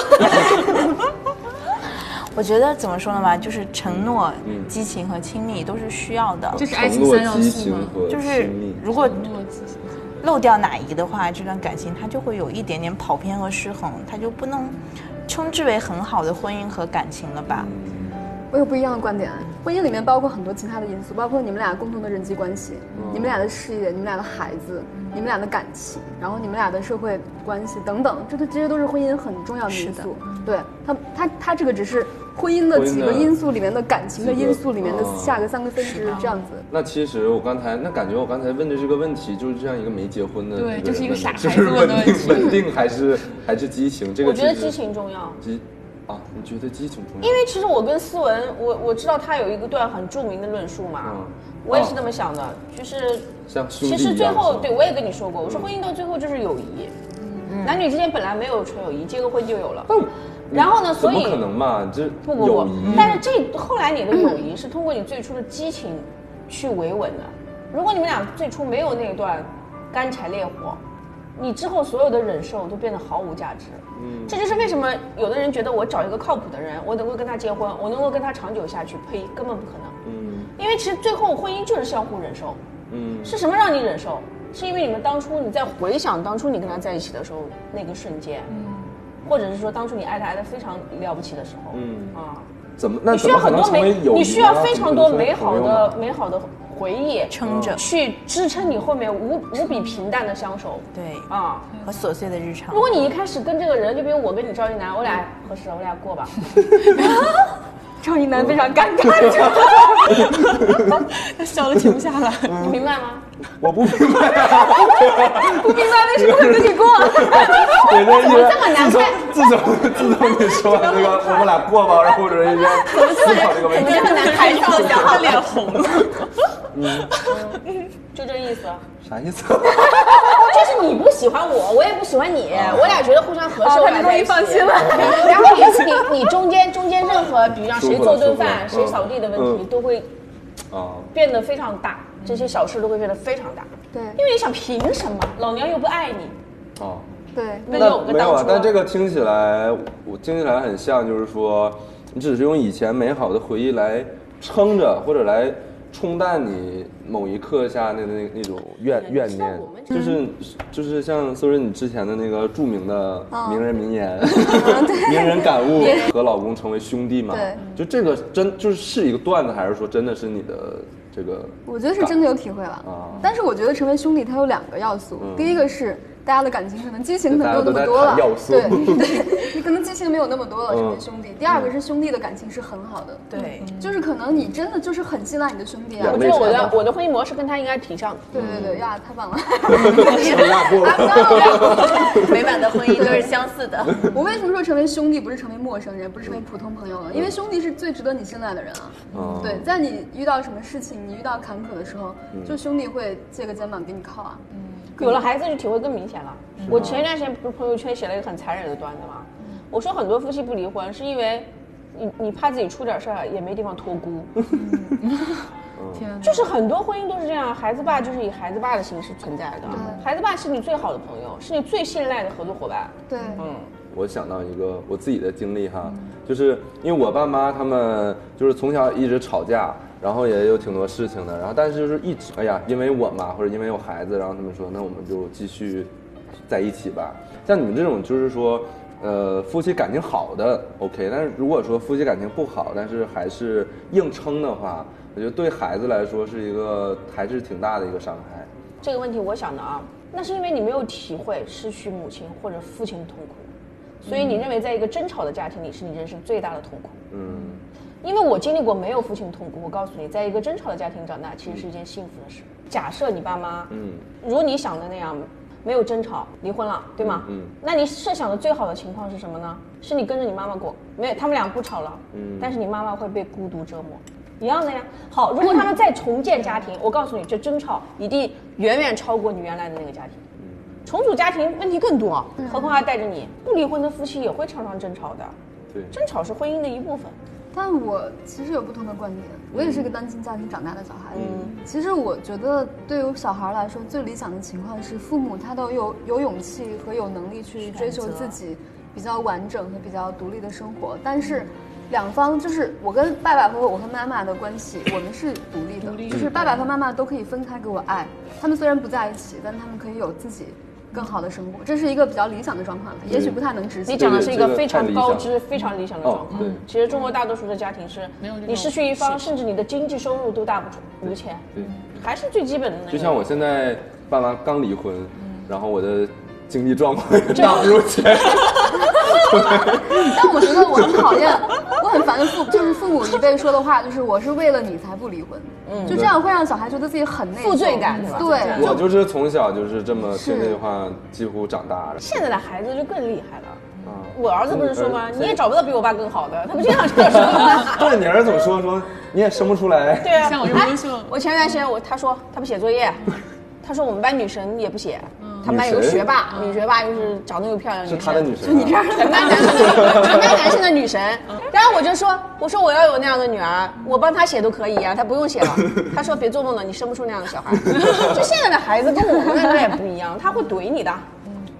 [SPEAKER 8] 我觉得怎么说呢吧，就是承诺、激情和亲密都是需要的。
[SPEAKER 9] 这是爱
[SPEAKER 6] 承
[SPEAKER 9] 情
[SPEAKER 6] 诺、
[SPEAKER 9] 三要
[SPEAKER 6] 激
[SPEAKER 9] 素
[SPEAKER 6] 情
[SPEAKER 9] 吗？
[SPEAKER 6] 和
[SPEAKER 8] 就是
[SPEAKER 6] 亲密。
[SPEAKER 8] 如果
[SPEAKER 9] 我自己
[SPEAKER 8] 漏掉哪一的话，这段感情它就会有一点点跑偏和失衡，它就不能称之为很好的婚姻和感情了吧？
[SPEAKER 3] 嗯
[SPEAKER 6] 嗯
[SPEAKER 7] 我有不一样的观点。啊婚姻里面包括很多其他的因素，包括你们俩共同的人际关系、你们俩的事业、你们俩的孩子、你们俩的感情，然后你们俩的社会关系等等，这都这些都是婚姻很重要的因素。对它，它它这个只是婚姻的嗯几
[SPEAKER 6] 婚
[SPEAKER 7] 个
[SPEAKER 6] 姻的
[SPEAKER 7] 因素里面的感情的
[SPEAKER 6] 几个
[SPEAKER 7] 因素里面的
[SPEAKER 6] 哦
[SPEAKER 7] 下个三个分支这样子。
[SPEAKER 6] 那其实我刚才那感觉，我刚才问的这个问题，就是这样一个没结婚的
[SPEAKER 9] 对
[SPEAKER 6] 人
[SPEAKER 9] 就是一个
[SPEAKER 6] 问
[SPEAKER 9] 傻
[SPEAKER 6] 就
[SPEAKER 9] 孩
[SPEAKER 6] 是
[SPEAKER 9] 子问
[SPEAKER 6] 稳
[SPEAKER 9] 的问
[SPEAKER 6] 定
[SPEAKER 9] 题
[SPEAKER 6] 稳定还是还是激情？这个
[SPEAKER 3] 我觉得
[SPEAKER 6] 其实
[SPEAKER 3] 激情重要，
[SPEAKER 6] 激啊，你觉得激情重要？
[SPEAKER 3] 因为其实我跟思文，我我知道他有一个段很著名的论述嘛，
[SPEAKER 6] 嗯
[SPEAKER 3] 我也是这么想的，就是
[SPEAKER 6] 像兄弟
[SPEAKER 3] 其实
[SPEAKER 6] 一
[SPEAKER 3] 最
[SPEAKER 6] 样是
[SPEAKER 3] 后
[SPEAKER 6] 吗
[SPEAKER 3] 对我也跟你说过，我说婚姻到最后就是友谊，
[SPEAKER 6] 嗯
[SPEAKER 3] 男女之间本来没有纯友谊，结个婚就有了。
[SPEAKER 6] 哦
[SPEAKER 3] 然后呢，所
[SPEAKER 6] 怎
[SPEAKER 3] 以
[SPEAKER 6] 么可能嘛？这
[SPEAKER 3] 不不
[SPEAKER 6] 友
[SPEAKER 3] 不
[SPEAKER 6] 谊，，
[SPEAKER 3] 但是这后来你的友谊是通过你最初的激情去维稳的。如果你们俩最初没有那段干柴烈火，你之后所有的忍受都变得毫无价值。嗯，这就是为什么有的人觉得我找一个靠谱的人，我能够跟他结婚，我能够跟他长久下去，呸，根本不可能。
[SPEAKER 6] 嗯
[SPEAKER 3] 因为其实最后婚姻就是相互忍受。
[SPEAKER 6] 嗯
[SPEAKER 3] 是什么让你忍受？是因为你们当初你在回想当初你跟他在一起的时候那个瞬间，
[SPEAKER 6] 嗯
[SPEAKER 3] 或者是说当初你爱他爱的非常了不起的时候，
[SPEAKER 6] 嗯
[SPEAKER 3] 啊，
[SPEAKER 6] 怎么那
[SPEAKER 3] 你需
[SPEAKER 6] 怎
[SPEAKER 3] 要
[SPEAKER 6] 么可
[SPEAKER 3] 很
[SPEAKER 6] 能
[SPEAKER 3] 多
[SPEAKER 6] 成为
[SPEAKER 3] 美
[SPEAKER 6] 友谊呢？，
[SPEAKER 3] 你需要非常多
[SPEAKER 6] 怎么可能成
[SPEAKER 3] 美
[SPEAKER 6] 为
[SPEAKER 3] 好
[SPEAKER 6] 朋友
[SPEAKER 3] 的
[SPEAKER 6] 呢
[SPEAKER 3] 美好的回忆
[SPEAKER 8] 撑着
[SPEAKER 3] 去支撑你后面无无比平淡的相守。
[SPEAKER 8] 对
[SPEAKER 3] 啊，
[SPEAKER 8] 和琐碎的日常
[SPEAKER 3] 如。果你一开始跟这个人，就比如我跟你赵一楠，我俩合适，我俩过吧。
[SPEAKER 7] 赵一楠非常尴尬，
[SPEAKER 9] 他笑的停 不下来。
[SPEAKER 3] 你明白吗？
[SPEAKER 6] 我不明白啊，
[SPEAKER 7] 不明白为什么会跟你过。
[SPEAKER 6] 我这一边
[SPEAKER 3] 这么难
[SPEAKER 6] 自从自从
[SPEAKER 3] 看
[SPEAKER 6] 自从你说完这个，我们俩过吧，然后我这一边思考这个问题。
[SPEAKER 3] 这么难看，
[SPEAKER 9] 然后脸红了，
[SPEAKER 3] 就这意思。
[SPEAKER 6] 啥 意思？
[SPEAKER 3] 就是你不喜欢我，我也不喜欢你，
[SPEAKER 6] 啊
[SPEAKER 3] 我俩觉得互相合
[SPEAKER 7] 哦
[SPEAKER 3] 适，我俩
[SPEAKER 7] 他终
[SPEAKER 3] 在
[SPEAKER 7] 于
[SPEAKER 3] 一起嗯
[SPEAKER 7] 放心了。
[SPEAKER 3] 然后你你你中间中间任何，比如让
[SPEAKER 6] 舒服
[SPEAKER 3] 谁
[SPEAKER 6] 了
[SPEAKER 3] 做顿
[SPEAKER 6] 舒服了
[SPEAKER 3] 饭、谁
[SPEAKER 6] 嗯
[SPEAKER 3] 扫地的问题，
[SPEAKER 6] 嗯
[SPEAKER 3] 都会
[SPEAKER 6] 啊，
[SPEAKER 3] 变得非常大，这些小事都会变得非常大。
[SPEAKER 7] 对
[SPEAKER 3] 因为你想凭什么？老娘又不爱你，
[SPEAKER 6] 哦，
[SPEAKER 7] 对，
[SPEAKER 3] 那
[SPEAKER 6] 那
[SPEAKER 3] 有个
[SPEAKER 6] 没有
[SPEAKER 3] 当
[SPEAKER 6] 啊
[SPEAKER 3] 初。，
[SPEAKER 6] 但这个听起来，我听起来很像，就是说，你只是用以前美好的回忆来撑着，或者来冲淡你某一刻下那那那种怨怨念，就是就是像苏轼你之前的那个著名的名人名 言，哦名人感悟
[SPEAKER 7] 对
[SPEAKER 6] 和老公成为兄弟嘛
[SPEAKER 7] 对，
[SPEAKER 6] 就这个真就是是一个段子，还是说真的是你的这个
[SPEAKER 7] 我觉得是真的有体会了。
[SPEAKER 6] 啊？
[SPEAKER 7] 但是我觉得成为兄弟，它有两个要素。
[SPEAKER 6] 嗯
[SPEAKER 7] 第一个是大家的感情可能激情可能没有那么多
[SPEAKER 6] 大家都
[SPEAKER 7] 了，
[SPEAKER 6] 在谈要素
[SPEAKER 7] 对对， 你可能激情没有那么多了，
[SPEAKER 6] 嗯
[SPEAKER 7] 成为兄弟。第二个是兄弟的感情是很好的，
[SPEAKER 8] 对，
[SPEAKER 7] 就是可能你真的就是很信赖你的兄弟啊
[SPEAKER 6] 我。
[SPEAKER 3] 我觉得我的我的婚姻模式跟他应该 挺像的。
[SPEAKER 7] 对对对，
[SPEAKER 6] 嗯
[SPEAKER 7] 呀，太棒了！
[SPEAKER 6] 是不是拉过了？
[SPEAKER 2] 美满的婚姻都是相似的。
[SPEAKER 7] 我为什么说成为兄弟不是成为陌生人，不是成为普通朋友呢？因为兄弟是最值得你信赖的人啊。
[SPEAKER 6] 嗯
[SPEAKER 7] 对，在你遇到什么事情，你遇到坎坷的时候，就兄弟会借个肩膀给你靠啊。
[SPEAKER 3] 有了孩子就体会更明显了。我前一段时间不是朋友圈写了一个很残忍的段子吗？我说很多夫妻不离婚是因为你你怕自己出点事儿也没地方托孤， 就是很多婚姻都是这样，孩子爸就是以孩子爸的形式存在的，孩子爸是你最好的朋友，是你最信赖的合作伙伴。
[SPEAKER 7] 对，
[SPEAKER 6] 我想到一个我自己的经历哈，就是因为我爸妈他们就是从小一直吵架，然后也有挺多事情的，然后但是就是一直哎呀，因为我嘛，或者因为有孩子，然后他们说那我们就继续在一起吧。像你们这种就是说，呃，夫妻感情好的 OK，但是如果说夫妻感情不好，但是还是硬撑的话，我觉得对孩子来说是一个还是挺大的一个伤害。
[SPEAKER 3] 这个问题我想的啊，那是因为你没有体会失去母亲或者父亲的痛苦，所以你认为在一个争吵的家庭里是你人生最大的痛苦。
[SPEAKER 6] 嗯，
[SPEAKER 3] 因为我经历过没有父亲的痛苦，我告诉你，在一个争吵的家庭长大其实是一件幸福的事。假设你爸妈，
[SPEAKER 6] 嗯，
[SPEAKER 3] 如你想的那样，没有争吵，离婚了，对吗？
[SPEAKER 6] 嗯嗯
[SPEAKER 3] 那你设想的最好的情况是什么呢？是你跟着你妈妈过，没有，他们俩不吵了，
[SPEAKER 6] 嗯
[SPEAKER 3] 但是你妈妈会被孤独折磨，一样的呀。好，如果他们再重建家 庭，我告诉你，这争吵一定远远超过你原来的那个家庭。
[SPEAKER 6] 嗯
[SPEAKER 3] 重组家庭问题更多，何况还带着你。不离婚的夫妻也会常常争吵的，
[SPEAKER 6] 对，
[SPEAKER 3] 争吵是婚姻的一部分。
[SPEAKER 7] 但我其实有不同的观点，我也是一个单亲家庭长大的小孩。其实我觉得，对于小孩来说，最理想的情况是父母他都有有勇气和有能力去追求自己比较完整和比较独立的生活。但是，两方就是我跟爸爸和我和妈妈的关系，我们是独立的，就是爸爸和妈妈都可以分开给我爱。他们虽然不在一起，但他们可以有自己更好的生活，这是一个比较理想的状况了，也许不太能执行。
[SPEAKER 3] 你讲的是一个
[SPEAKER 6] 对
[SPEAKER 3] 非
[SPEAKER 6] 这
[SPEAKER 3] 常
[SPEAKER 6] 个
[SPEAKER 3] 高
[SPEAKER 6] 太理想
[SPEAKER 3] 知、非常理想的状
[SPEAKER 6] 哦
[SPEAKER 3] 况。
[SPEAKER 6] 对
[SPEAKER 3] 其实中国大多数的家庭是，你失去一方，甚至你的经济收入都大不出无前，
[SPEAKER 6] 对。
[SPEAKER 3] 还是最基本的那个。
[SPEAKER 6] 就像我现在爸妈刚离婚，
[SPEAKER 3] 嗯
[SPEAKER 6] 然后我的经济 状况也大不如前，
[SPEAKER 7] 但我觉得我很讨厌，我很烦父，就是父母一辈说的话，就是我是为了你才不离婚，就这样会让小孩觉得自己很内
[SPEAKER 3] 嗯
[SPEAKER 7] 疚
[SPEAKER 3] 负罪感对吧
[SPEAKER 7] 对，
[SPEAKER 6] 我就是从小就是这么听这句话，几乎长大了。
[SPEAKER 3] 现在的孩子就更厉害了。
[SPEAKER 6] 啊
[SPEAKER 3] 我儿子不是说吗？
[SPEAKER 6] 嗯
[SPEAKER 3] 你也找不到比我爸更好的，他不经常这样说吗？
[SPEAKER 6] 对你儿子总说说你也生不出来，
[SPEAKER 3] 对啊，
[SPEAKER 9] 像我这么优秀
[SPEAKER 3] 哎我前段时间我他说他不写作 业，他说我们班女神也不写，他们班有个
[SPEAKER 6] 女神
[SPEAKER 3] 学霸，嗯女学霸就是长得又漂亮，
[SPEAKER 6] 是
[SPEAKER 3] 女
[SPEAKER 6] 他的女神啊、
[SPEAKER 3] 全 班男生的，全班男生的女神。然后我就说，我说我要有那样的女儿，我帮她写都可以啊，她不用写了。她说别做梦了，你生不出那样的小孩。就现在的孩子跟我们那代也不一样，他会怼你的。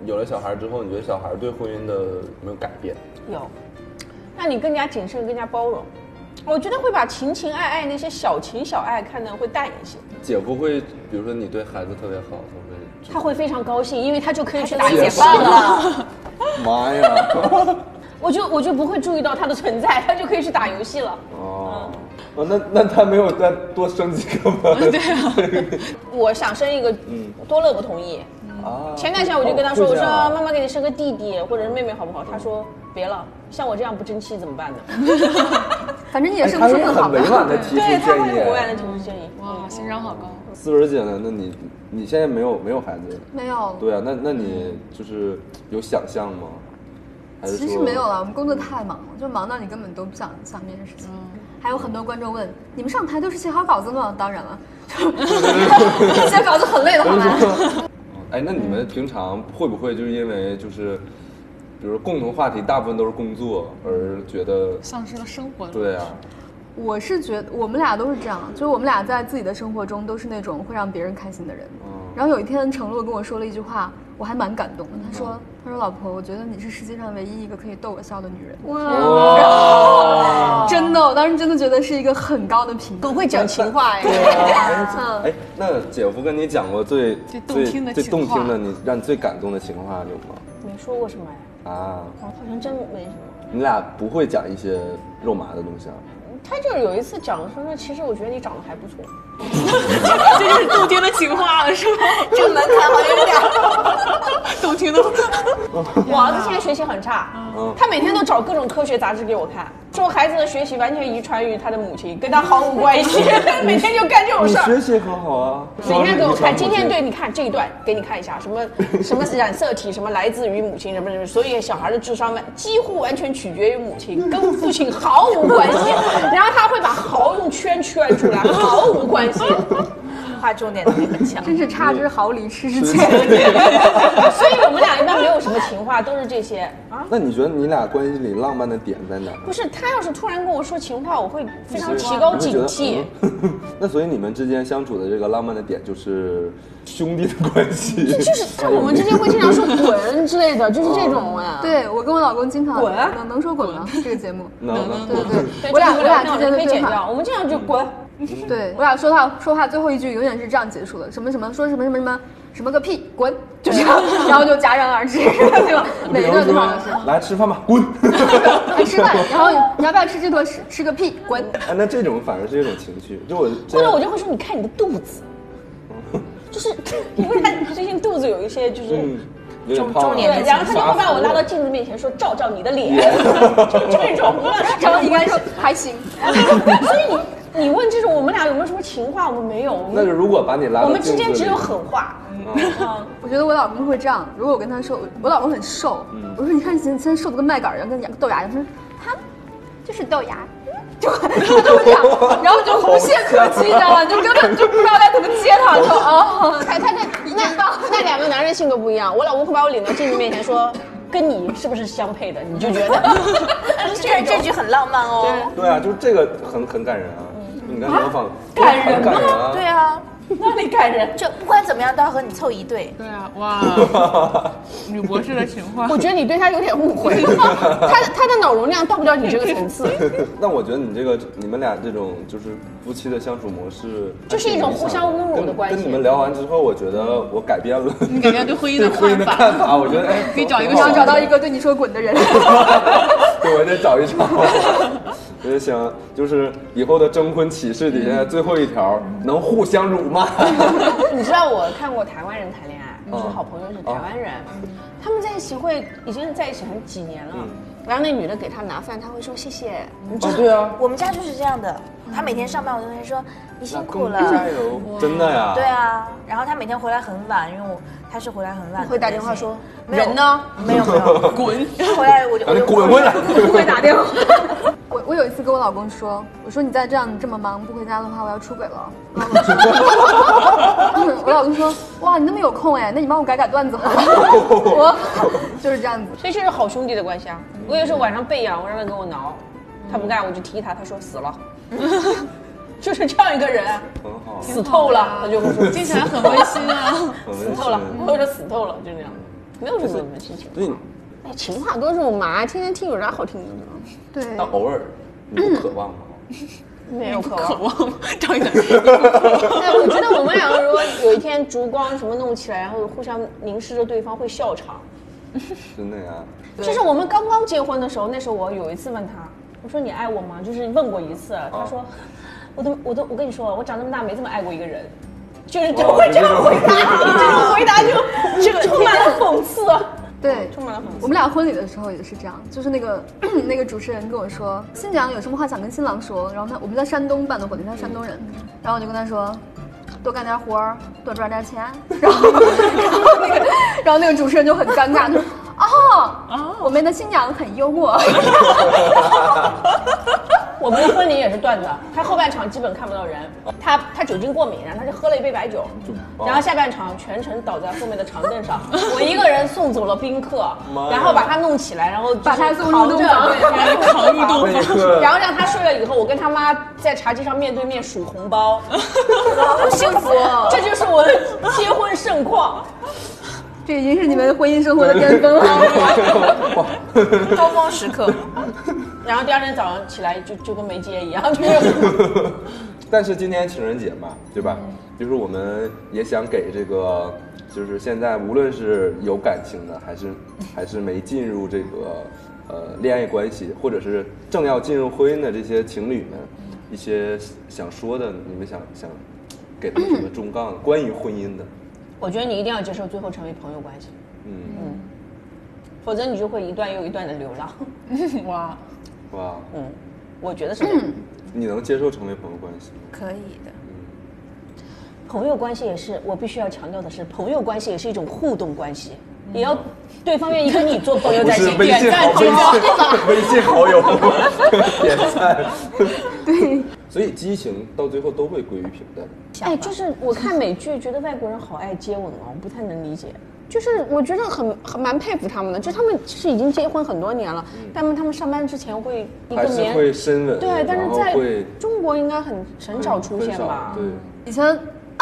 [SPEAKER 6] 有了小孩之后，你觉得小孩对婚姻的有没有改变？
[SPEAKER 3] 有，让你更加谨慎，更加包容。我觉得会把情情爱爱那些小情小爱看得会淡一些，
[SPEAKER 6] 姐夫会，比如说你对孩子特别好，他
[SPEAKER 3] 他会非常高兴，因为他就可以去打
[SPEAKER 6] 会
[SPEAKER 3] 野
[SPEAKER 6] 释
[SPEAKER 3] 炮了。
[SPEAKER 6] 妈呀！
[SPEAKER 3] 我就我就不会注意到他的存在， 他就可以去打游戏了。
[SPEAKER 6] 哦，哦，那那他没有再多生几个吗？对
[SPEAKER 3] 我想生一个，多乐不同意，
[SPEAKER 6] 啊。
[SPEAKER 3] 前段时间我就跟他说：“
[SPEAKER 6] 哦嗯
[SPEAKER 3] 我
[SPEAKER 6] 会
[SPEAKER 3] 说
[SPEAKER 6] 这样啊嗯
[SPEAKER 3] 妈妈给你生个弟弟或者是妹妹好不好？”他说：“别了，像我这样不争气怎么办呢
[SPEAKER 7] 反正你也
[SPEAKER 6] 哎
[SPEAKER 7] 生
[SPEAKER 6] 他
[SPEAKER 7] 不出
[SPEAKER 6] 会
[SPEAKER 7] 更好
[SPEAKER 6] 很
[SPEAKER 7] 的
[SPEAKER 6] 委。婉的提？”出
[SPEAKER 3] 对，
[SPEAKER 6] 建
[SPEAKER 3] 他会很委婉
[SPEAKER 6] 议。
[SPEAKER 3] 的提出建议。
[SPEAKER 9] 哇，情商好高。
[SPEAKER 6] 思文姐呢？那你你现在没有没有孩子？
[SPEAKER 7] 没有，
[SPEAKER 6] 对啊，那那你就是有想象吗？还是
[SPEAKER 7] 其实
[SPEAKER 6] 说
[SPEAKER 7] 没有 了，我们工作太忙了，就忙到你根本都不想想这件事
[SPEAKER 3] 嗯
[SPEAKER 7] 情。还有很多观众问，你们上台都是写好稿子吗？当然了， 写稿子很累的，好吗？
[SPEAKER 6] 哎，那你们平常会不会就是因为就是，比如共同话题大部分都是工作而觉得
[SPEAKER 9] 丧失了生活，
[SPEAKER 6] 对啊，
[SPEAKER 7] 我是觉得我们俩都是这样，就是我们俩在自己的生活中都是那种会让别人开心的人。
[SPEAKER 6] 嗯嗯
[SPEAKER 7] 然后有一天，程璐跟我说了一句话，我还蛮感动的。他说：“他说：“老婆，我觉得你是世界上唯一一个可以逗我笑的女人。”
[SPEAKER 6] 哇哦
[SPEAKER 7] 哇！真的，我当时真的觉得是一个很高的评价。
[SPEAKER 2] 很会讲情话呀。
[SPEAKER 7] 嗯，
[SPEAKER 6] 哎，那姐夫跟你讲过最
[SPEAKER 9] 最动听的
[SPEAKER 6] 最
[SPEAKER 9] 情
[SPEAKER 6] 动
[SPEAKER 9] 话
[SPEAKER 6] 听的，你让你最感动的情话有吗？
[SPEAKER 3] 没说过什么呀，
[SPEAKER 6] 啊，
[SPEAKER 3] 好像真没什么。
[SPEAKER 6] 你俩不会讲一些肉麻的东西啊？
[SPEAKER 3] 他就是有一次讲说说，其实我觉得你长得还不错，
[SPEAKER 9] 这 就是动听的情话了，是吗？
[SPEAKER 2] 这门槛好像有点
[SPEAKER 9] 动听 的，
[SPEAKER 3] 我儿子现在学习很差，
[SPEAKER 6] 嗯，
[SPEAKER 3] 他每天都找各种科学杂志给我看，说孩子的学习完全遗传于他的母亲，跟他毫无关 系，每天就干这种
[SPEAKER 6] 你
[SPEAKER 3] 事儿。
[SPEAKER 6] 学习很好啊，
[SPEAKER 3] 每天给我看，
[SPEAKER 6] 双手一
[SPEAKER 3] 今
[SPEAKER 6] 传
[SPEAKER 3] 天对，你看这一段，给你看一下，什么什么染色体，什么来自于母亲，什么什么，所以小孩的智商完几乎完全取决于母亲，跟父亲毫无关系。然后他会把毫用圈圈出来，毫无关系。
[SPEAKER 8] 划重点能力很强。
[SPEAKER 7] 真是差之毫厘，失之
[SPEAKER 6] 不
[SPEAKER 7] 千里。
[SPEAKER 6] 接。
[SPEAKER 3] 所以我们俩一般没有什么情话，都是这些啊。
[SPEAKER 6] 那你觉得你俩关系里浪漫的点在哪？
[SPEAKER 3] 不是他要是突然跟我说情话，我会非
[SPEAKER 6] 所
[SPEAKER 3] 常
[SPEAKER 6] 以
[SPEAKER 3] 提高
[SPEAKER 6] 你会
[SPEAKER 3] 警
[SPEAKER 6] 觉得
[SPEAKER 3] 惕。。
[SPEAKER 6] 嗯 那所以你们之间相处的这个浪漫的点就是兄弟的关系。
[SPEAKER 3] 就是
[SPEAKER 6] 啊嗯
[SPEAKER 3] 但我们 之间会经常说滚之类的，就是这种哎。
[SPEAKER 7] 对，我跟我老公经常
[SPEAKER 3] 滚啊
[SPEAKER 7] 能能说滚吗？这个节目，
[SPEAKER 6] 能能
[SPEAKER 7] 对对，
[SPEAKER 3] 对，
[SPEAKER 7] 我俩我俩
[SPEAKER 3] 这个不了
[SPEAKER 7] 之间的
[SPEAKER 3] 可以
[SPEAKER 7] 对
[SPEAKER 3] 剪
[SPEAKER 7] 话，
[SPEAKER 3] 掉，我们经常就滚。
[SPEAKER 7] 对我俩说话说话最后一句永远是这样结束的，什么什么说什么什么什么什么个屁滚，就这样， 然后就戛然而止，对吧？每一段对话都 是。
[SPEAKER 6] 来吃饭吧， 滚！
[SPEAKER 7] 还哎吃饭，然后你要不要吃这坨？吃吃个屁，滚！
[SPEAKER 6] 哎，那这种反而是一种情绪，就我
[SPEAKER 3] 或
[SPEAKER 6] 这
[SPEAKER 3] 者我
[SPEAKER 6] 样，
[SPEAKER 3] 就会说，你看你的肚 子，就是 因为他最近肚子有一些就是。
[SPEAKER 6] 嗯，有点胖了。
[SPEAKER 8] 中
[SPEAKER 3] 对，
[SPEAKER 8] 年
[SPEAKER 3] 然后他就会把我拉
[SPEAKER 6] 发福
[SPEAKER 3] 到
[SPEAKER 6] 了
[SPEAKER 3] 镜子面前说：“照照你的 脸。”就这种，
[SPEAKER 7] 然后应该说还行，
[SPEAKER 3] 所以你你问这种我们俩有没有什么情话？我们没有，我
[SPEAKER 6] 那
[SPEAKER 3] 们
[SPEAKER 6] 就如果把你拉到
[SPEAKER 3] 我们之间
[SPEAKER 6] 镜子
[SPEAKER 3] 只
[SPEAKER 6] 里
[SPEAKER 3] 有狠 话。
[SPEAKER 6] 嗯
[SPEAKER 7] 我觉得我老公会这样。如果我跟他说，我我老公很瘦，我说你看你现在瘦的跟麦秆儿一样，跟牙豆芽一样，他说他就是豆芽， 嗯就他就会这样，然后就无懈可击，你知道吗？就根本就不知道该怎么接他了。哦，他他这已经到
[SPEAKER 3] 那两个男人性格不一样，我老公会把我领到镜子面前说：“跟你是不是相配的？”你就觉 得
[SPEAKER 2] 这这句很浪漫哦。
[SPEAKER 6] 对啊，就是这个很很感人啊。
[SPEAKER 3] 嗯
[SPEAKER 6] 你刚才模仿感人感人啊，
[SPEAKER 2] 对啊，
[SPEAKER 3] 那得感人。
[SPEAKER 2] 就不管怎么样都要和你凑一对。
[SPEAKER 9] 对啊，哇， 女博士的情话
[SPEAKER 3] 我觉得你对他有点误会，他的他的脑容量到不了你这个层次，
[SPEAKER 6] 那我觉得你这个你们俩这种就是夫妻的相处模式，
[SPEAKER 3] 就是一种互相侮辱的关系
[SPEAKER 6] 跟跟你们聊完之后，我觉得我改变了
[SPEAKER 9] 你改变对婚姻
[SPEAKER 6] 对
[SPEAKER 9] 的
[SPEAKER 6] 婚姻的
[SPEAKER 9] 看法
[SPEAKER 6] 看法。我觉得哎，
[SPEAKER 9] 可以找一个
[SPEAKER 6] 挺好
[SPEAKER 7] 想
[SPEAKER 6] 的
[SPEAKER 7] 找到一，个对你说滚的人。
[SPEAKER 6] 对，我得找一 找。我就想，就是以后的征婚启事底下最后一条，能互相辱骂。
[SPEAKER 3] 你知道我看过台湾人谈恋爱，就是好朋友是台湾人，他们在一起会已经在一起很几年了，然后那女的给他拿饭，他会说谢谢，
[SPEAKER 6] 哦，对啊，
[SPEAKER 2] 我们家就是这样的，他每天上班，我就会说你辛苦了。
[SPEAKER 6] 加
[SPEAKER 8] 嗯
[SPEAKER 6] 油， 真的呀。
[SPEAKER 2] 对啊，然后他每天回来很晚，因为我他是回来很晚的，
[SPEAKER 3] 会打电话说
[SPEAKER 2] 没有
[SPEAKER 3] 人呢？
[SPEAKER 2] 没有没
[SPEAKER 8] 啊
[SPEAKER 2] 有，
[SPEAKER 9] 滚，
[SPEAKER 2] 他回来我就
[SPEAKER 6] 赶
[SPEAKER 2] 我
[SPEAKER 6] 紧
[SPEAKER 2] 就
[SPEAKER 6] 滚回来！
[SPEAKER 7] 会打电话。我我有一次跟我老公说，我说你再这样这么忙不回家的话，我要出轨了。然后我老公我老公说， 哇，你那么有空哎，那你帮我改改段子好吗？ 我就是这样子。
[SPEAKER 3] 所以这是好兄弟的关系啊。我有时候晚上背痒，我让他跟我挠，他不干我就踢他，他说死了， 就是这样一个人，
[SPEAKER 6] 很好，
[SPEAKER 3] 死透了，他 就会说
[SPEAKER 9] 听起来很温馨啊。
[SPEAKER 6] 很
[SPEAKER 3] 死
[SPEAKER 6] 温
[SPEAKER 3] 透了，
[SPEAKER 6] 馨。
[SPEAKER 3] 或者死透了，就这样，没有什么亲情。
[SPEAKER 6] 所以
[SPEAKER 3] 哎，情话都是我妈，天天听有啥好听的呢？
[SPEAKER 7] 对，
[SPEAKER 6] 那偶尔你不渴望吗？
[SPEAKER 3] 没有渴望
[SPEAKER 9] 渴。望 张一楠，
[SPEAKER 3] 哎，我觉得我们两个如 果有一天烛光什么弄起来，然后互相凝视着对方，会笑场。
[SPEAKER 6] 真的呀。
[SPEAKER 3] 就是我们刚刚结婚的时候，那时候我有一次问他，我说你爱我吗？就是问过一次，他说，我都我都我跟你说，我长这么大没这么爱过一个人，就是就会哦这样回 答，这种回答就这个充满了讽刺，
[SPEAKER 7] 对，
[SPEAKER 3] 充满了讽刺。
[SPEAKER 7] 我们俩婚礼的时候也是这样，就是那个 那个主持人跟我说，新娘有什么话想跟新郎说，然后他我们在山东办的婚礼，他是山东人，
[SPEAKER 3] 嗯
[SPEAKER 7] 然后我就跟他说。多干点活儿，多赚点钱。 然后，然后那个，然后那个主持人就很尴尬，就说：“哦，我们的新娘很 幽默。
[SPEAKER 3] 我们的婚礼也是段子，他后半场基本看不到人，他他酒精过敏，然后他就喝了一杯白酒，然后下半场全程倒在后面的长凳上， 我一个人送走了宾客
[SPEAKER 6] 妈呀，
[SPEAKER 3] 然后把他弄起来，然后就是
[SPEAKER 7] 把他送
[SPEAKER 3] 扛着
[SPEAKER 7] 入洞房
[SPEAKER 3] 对然 后
[SPEAKER 9] 扛入洞
[SPEAKER 6] 那一
[SPEAKER 9] 房，
[SPEAKER 6] 刻
[SPEAKER 3] 然后让他睡了以后，我跟他妈在茶几上面对面数红
[SPEAKER 7] 哦
[SPEAKER 3] 包，好幸福、这就是我的结婚盛况。
[SPEAKER 7] 这已经是你们婚姻生活的巅峰了。
[SPEAKER 3] 高光时刻。然后第二天早上起来就就跟没接一样，就是
[SPEAKER 6] 但是今天情人节嘛，对吧？就是我们也想给这个，就是现在无论是有感情的，还是还是没进入这个呃恋爱关系，或者是正要进入婚姻的这些情侣们，一些想说的，你们想想给他们什么忠告？关于婚姻的，
[SPEAKER 3] 我觉得你一定要接受最后成为朋友关系，
[SPEAKER 6] 嗯，
[SPEAKER 3] 否则你就会一段又一段的流浪。
[SPEAKER 9] 哇，
[SPEAKER 6] 哇，
[SPEAKER 3] 嗯，我觉得是这样。
[SPEAKER 6] 你能接受成为朋友关系吗？
[SPEAKER 8] 可以的，
[SPEAKER 3] 朋友关系也是，我必须要强调的是，朋友关系也是一种互动关系，也要对方愿意跟你做朋 友
[SPEAKER 6] 不
[SPEAKER 3] 才
[SPEAKER 6] 是
[SPEAKER 3] 行。
[SPEAKER 6] 微信好
[SPEAKER 3] 哎
[SPEAKER 6] 微信微信好友 点赞，
[SPEAKER 7] 对，
[SPEAKER 6] 所以激情到最后都会归于平淡。
[SPEAKER 3] 哎，就是我看美剧，觉得外国人好爱接吻哦，我不太能理解。就是我觉得很很蛮佩服他们的，就他们其实已经结婚很多年了，但是他们上班之前会一个
[SPEAKER 6] 还是
[SPEAKER 3] 棉
[SPEAKER 6] 会深吻，
[SPEAKER 3] 对，但
[SPEAKER 6] 然
[SPEAKER 3] 是
[SPEAKER 6] 后
[SPEAKER 3] 在
[SPEAKER 6] 会
[SPEAKER 3] 中国应该很很少出现吧？
[SPEAKER 6] 很少
[SPEAKER 7] 以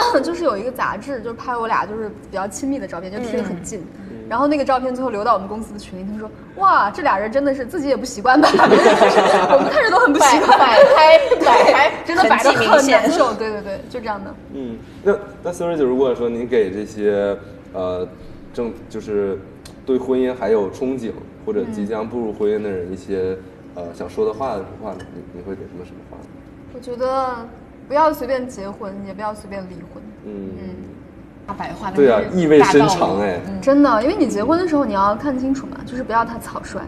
[SPEAKER 7] 前 就是有一个杂志，就是拍我俩就是比较亲密的照片，就贴得很近。然后那个照片最后流到我们公司的群里，他们说：“哇，这俩人真的是自己也不习 惯吧？我们看着都很不习惯，摆 拍，摆拍，真的摆的很难受。”对对对，就这样的。
[SPEAKER 6] 对，嗯，那那 s o r r 如果说您给这些呃正就是对婚姻还有憧憬或者
[SPEAKER 3] 嗯
[SPEAKER 6] 即将步入婚姻的人一些呃想说的话的话，你你会给他们什么话？
[SPEAKER 7] 我觉得不要随便结婚，也不要随便离婚。
[SPEAKER 6] 嗯，
[SPEAKER 9] 大白话的
[SPEAKER 6] 对啊
[SPEAKER 9] 那，是
[SPEAKER 6] 意味
[SPEAKER 9] 大
[SPEAKER 6] 深
[SPEAKER 9] 道理
[SPEAKER 6] 长
[SPEAKER 3] 嗯
[SPEAKER 6] 哎，
[SPEAKER 7] 真的，因为你结婚的时候你要看清楚嘛，就是不要太草率，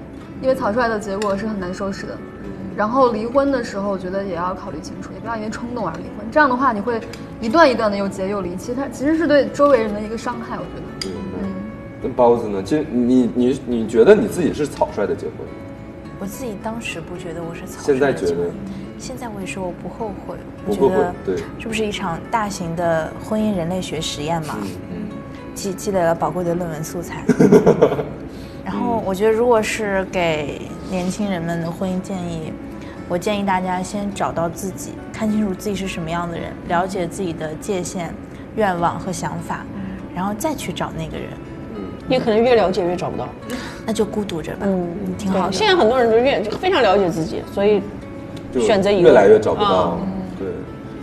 [SPEAKER 7] 因为草率的结果是很难收拾的。然后离婚的时候，我觉得也要考虑清楚，也不要因为冲动而离婚。这样的话，你会一段一段的又结又离，其实它其实是对周围人的一个伤害。我觉得，
[SPEAKER 6] 嗯，那包子呢？其实你你你觉得你自己是草率的结婚，
[SPEAKER 8] 我自己当时不觉得我是草率
[SPEAKER 6] 现在
[SPEAKER 8] 的
[SPEAKER 6] 觉
[SPEAKER 8] 结婚
[SPEAKER 6] 得
[SPEAKER 8] 现在我也说我不后悔，
[SPEAKER 6] 不
[SPEAKER 8] 我
[SPEAKER 6] 后
[SPEAKER 8] 觉
[SPEAKER 6] 悔
[SPEAKER 8] 得
[SPEAKER 6] 对
[SPEAKER 8] 这不是一场大型的婚姻人类学实验嘛，
[SPEAKER 6] 嗯
[SPEAKER 8] 积积累了宝贵的论文素 材。然后我觉得，如果是给年轻人们的婚姻建议，我建议大家先找到自己，看清楚自己是什么样的人，
[SPEAKER 6] 嗯
[SPEAKER 8] 了解自己的界限、愿望和想法，
[SPEAKER 6] 嗯
[SPEAKER 8] 然后再去找那个人，
[SPEAKER 3] 你可能越了解越找不到。
[SPEAKER 8] 那就孤独着吧，
[SPEAKER 3] 嗯，
[SPEAKER 8] 挺好的。
[SPEAKER 3] 现在很多人都越就非常了解自己，所以
[SPEAKER 6] 就
[SPEAKER 3] 选择一个
[SPEAKER 6] 越来越找不到
[SPEAKER 3] 嗯。
[SPEAKER 6] 对，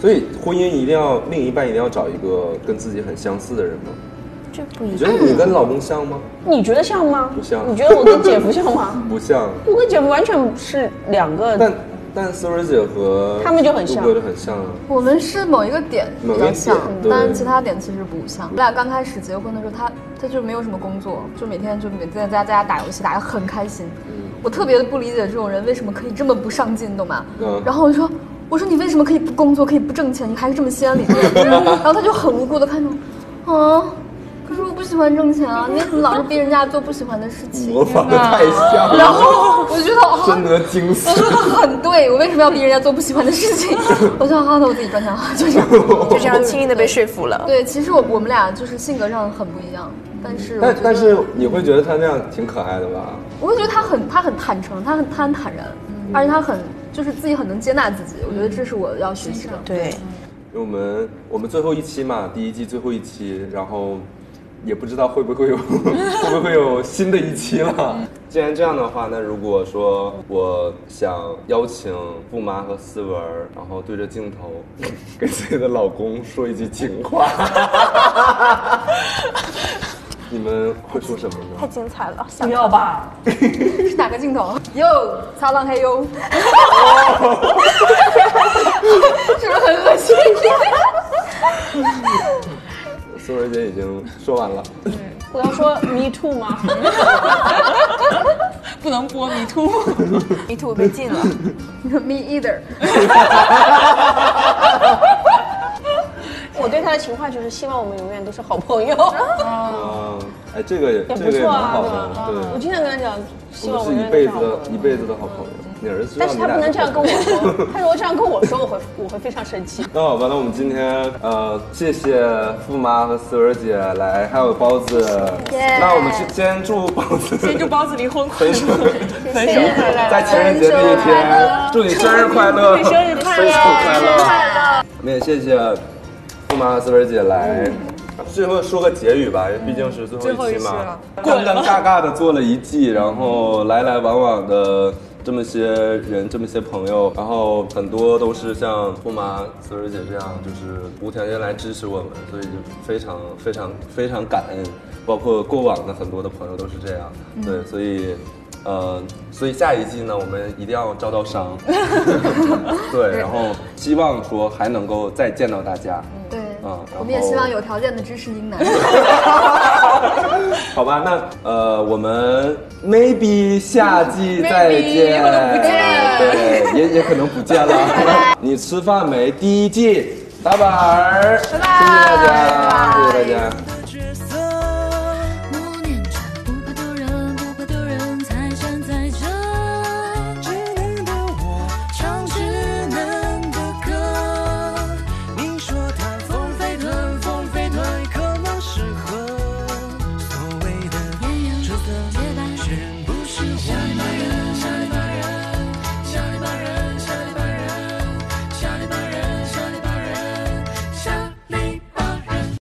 [SPEAKER 6] 所以婚姻一定要另一半一定要找一个跟自己很相似的人吗？
[SPEAKER 8] 这不一
[SPEAKER 6] 你
[SPEAKER 8] 样。
[SPEAKER 6] 觉得你跟老公像吗？
[SPEAKER 3] 你觉得像吗？
[SPEAKER 6] 不像
[SPEAKER 3] 你觉得我跟姐夫像吗？
[SPEAKER 6] 不像。
[SPEAKER 3] 我跟姐夫完全是两个。
[SPEAKER 6] 但但 s o r r 姐和
[SPEAKER 3] 他们就很像
[SPEAKER 6] 陆哥就很像啊。
[SPEAKER 7] 我们是某一个点比
[SPEAKER 6] 某一个
[SPEAKER 7] 较
[SPEAKER 6] 点
[SPEAKER 7] 像，
[SPEAKER 6] 对
[SPEAKER 7] 但是其他点其实不像。我俩刚开始结婚的时候，他他就没有什么工作，就每天就每天在家在家打游戏，打得很开心。
[SPEAKER 6] 嗯
[SPEAKER 7] 我特别不理解这种人为什么可以这么不上进，你懂吗？
[SPEAKER 6] 嗯
[SPEAKER 7] 然后我就说，我说你为什么可以不工作，可以不挣钱，你还是这么心安理得？ 然后他就很无辜的看着我，啊，可是我不喜欢挣钱啊，你为什么老是逼人家做不喜欢的事情？
[SPEAKER 6] 模仿的太像
[SPEAKER 7] 然
[SPEAKER 6] 了，
[SPEAKER 7] 后我觉得啊，
[SPEAKER 6] 真的惊
[SPEAKER 7] 我
[SPEAKER 6] 死。
[SPEAKER 7] 说的很对，我为什么要逼人家做不喜欢的事情？我想好，那我自己赚钱啊，就 这样，
[SPEAKER 8] 就这样轻易的被说服了。
[SPEAKER 7] 对，其实我我们俩就是性格上很不一样，但是我
[SPEAKER 6] 但
[SPEAKER 7] 觉
[SPEAKER 6] 但
[SPEAKER 7] 得
[SPEAKER 6] 是你会觉得他那样挺可爱的吧？
[SPEAKER 7] 我会觉得他很他很坦诚，他很他很坦然，
[SPEAKER 8] 嗯
[SPEAKER 7] 而且他很就是自己很能接纳自己，我觉得这是我要学习的。
[SPEAKER 8] 对，
[SPEAKER 6] 因为我们我们最后一期嘛，第一季最后一期，然后也不知道会不会有 会不会有新的一期了。嗯既然这样的话，那如果说我想邀请布妈和思文儿，然后对着镜头 给自己的老公说一句情话， 你们会说什么呢？
[SPEAKER 8] 精彩了，
[SPEAKER 3] 不要吧，
[SPEAKER 7] 是哪个镜头？哟，擦浪嘿哟， 是不是很恶心？
[SPEAKER 6] 思文姐已经说完了，
[SPEAKER 3] 嗯我要说 me too 吗？
[SPEAKER 9] 不能播迷途。
[SPEAKER 8] 迷途被禁了。
[SPEAKER 7] Me either，
[SPEAKER 3] 我对他的情话就是希望我们永远都是好朋友，
[SPEAKER 6] 啊，哎，这个也
[SPEAKER 3] 也
[SPEAKER 6] 这
[SPEAKER 3] 不
[SPEAKER 6] 个也
[SPEAKER 3] 错
[SPEAKER 6] 蛮
[SPEAKER 3] 啊
[SPEAKER 6] 好，
[SPEAKER 3] 对吧
[SPEAKER 6] 的，对，
[SPEAKER 3] 我经常跟他讲，希望
[SPEAKER 6] 我
[SPEAKER 3] 我
[SPEAKER 6] 们是一
[SPEAKER 3] 们永远
[SPEAKER 6] 辈
[SPEAKER 3] 都
[SPEAKER 6] 子
[SPEAKER 3] 好
[SPEAKER 6] 的
[SPEAKER 3] 朋
[SPEAKER 6] 一
[SPEAKER 3] 友。
[SPEAKER 6] 辈子的好朋友。你儿子知道
[SPEAKER 3] 但是
[SPEAKER 6] 你
[SPEAKER 3] 他
[SPEAKER 6] 俩
[SPEAKER 3] 不能这样跟我
[SPEAKER 6] 是好朋友
[SPEAKER 3] 说，他如果这样跟我说，我会我会非常生气。
[SPEAKER 6] 那好吧，那我们今天呃，谢谢富妈和思文姐来，还有包子。那我们先先祝包子
[SPEAKER 9] 先祝包子离婚快
[SPEAKER 6] 分
[SPEAKER 9] 乐，
[SPEAKER 6] 手，
[SPEAKER 9] 分手快乐。
[SPEAKER 6] 在情人节那一天，祝你生日快乐，
[SPEAKER 9] 祝你 生日快乐
[SPEAKER 6] 分手快乐。我们也谢谢富妈和思文姐来，最后说个结语吧，毕竟是嗯最后一期
[SPEAKER 9] 最后一期
[SPEAKER 6] 嘛
[SPEAKER 9] 了，
[SPEAKER 6] 尴尴尬尬的做了一季，然后来来往往的。这么些人，这么些朋友，然后很多都是像兔妈、思蕊姐这样，就是无条件来支持我们，所以就非常非常非常感恩。包括过往的很多的朋友都是这样，对，所以，呃，所以下一季呢，我们一定要招招 商， 对，然后希望说还能够再见到大家，
[SPEAKER 7] 对，
[SPEAKER 6] 嗯，然
[SPEAKER 7] 我们也希
[SPEAKER 6] 后
[SPEAKER 7] 望有条件的支持英男。
[SPEAKER 6] 好吧，那呃，我们 maybe 夏季再
[SPEAKER 9] Maybe，
[SPEAKER 6] 见，
[SPEAKER 9] 可能不见
[SPEAKER 6] 对，也也可能不见 了。你吃饭没？第一季，拜拜，谢谢大家，谢谢大家。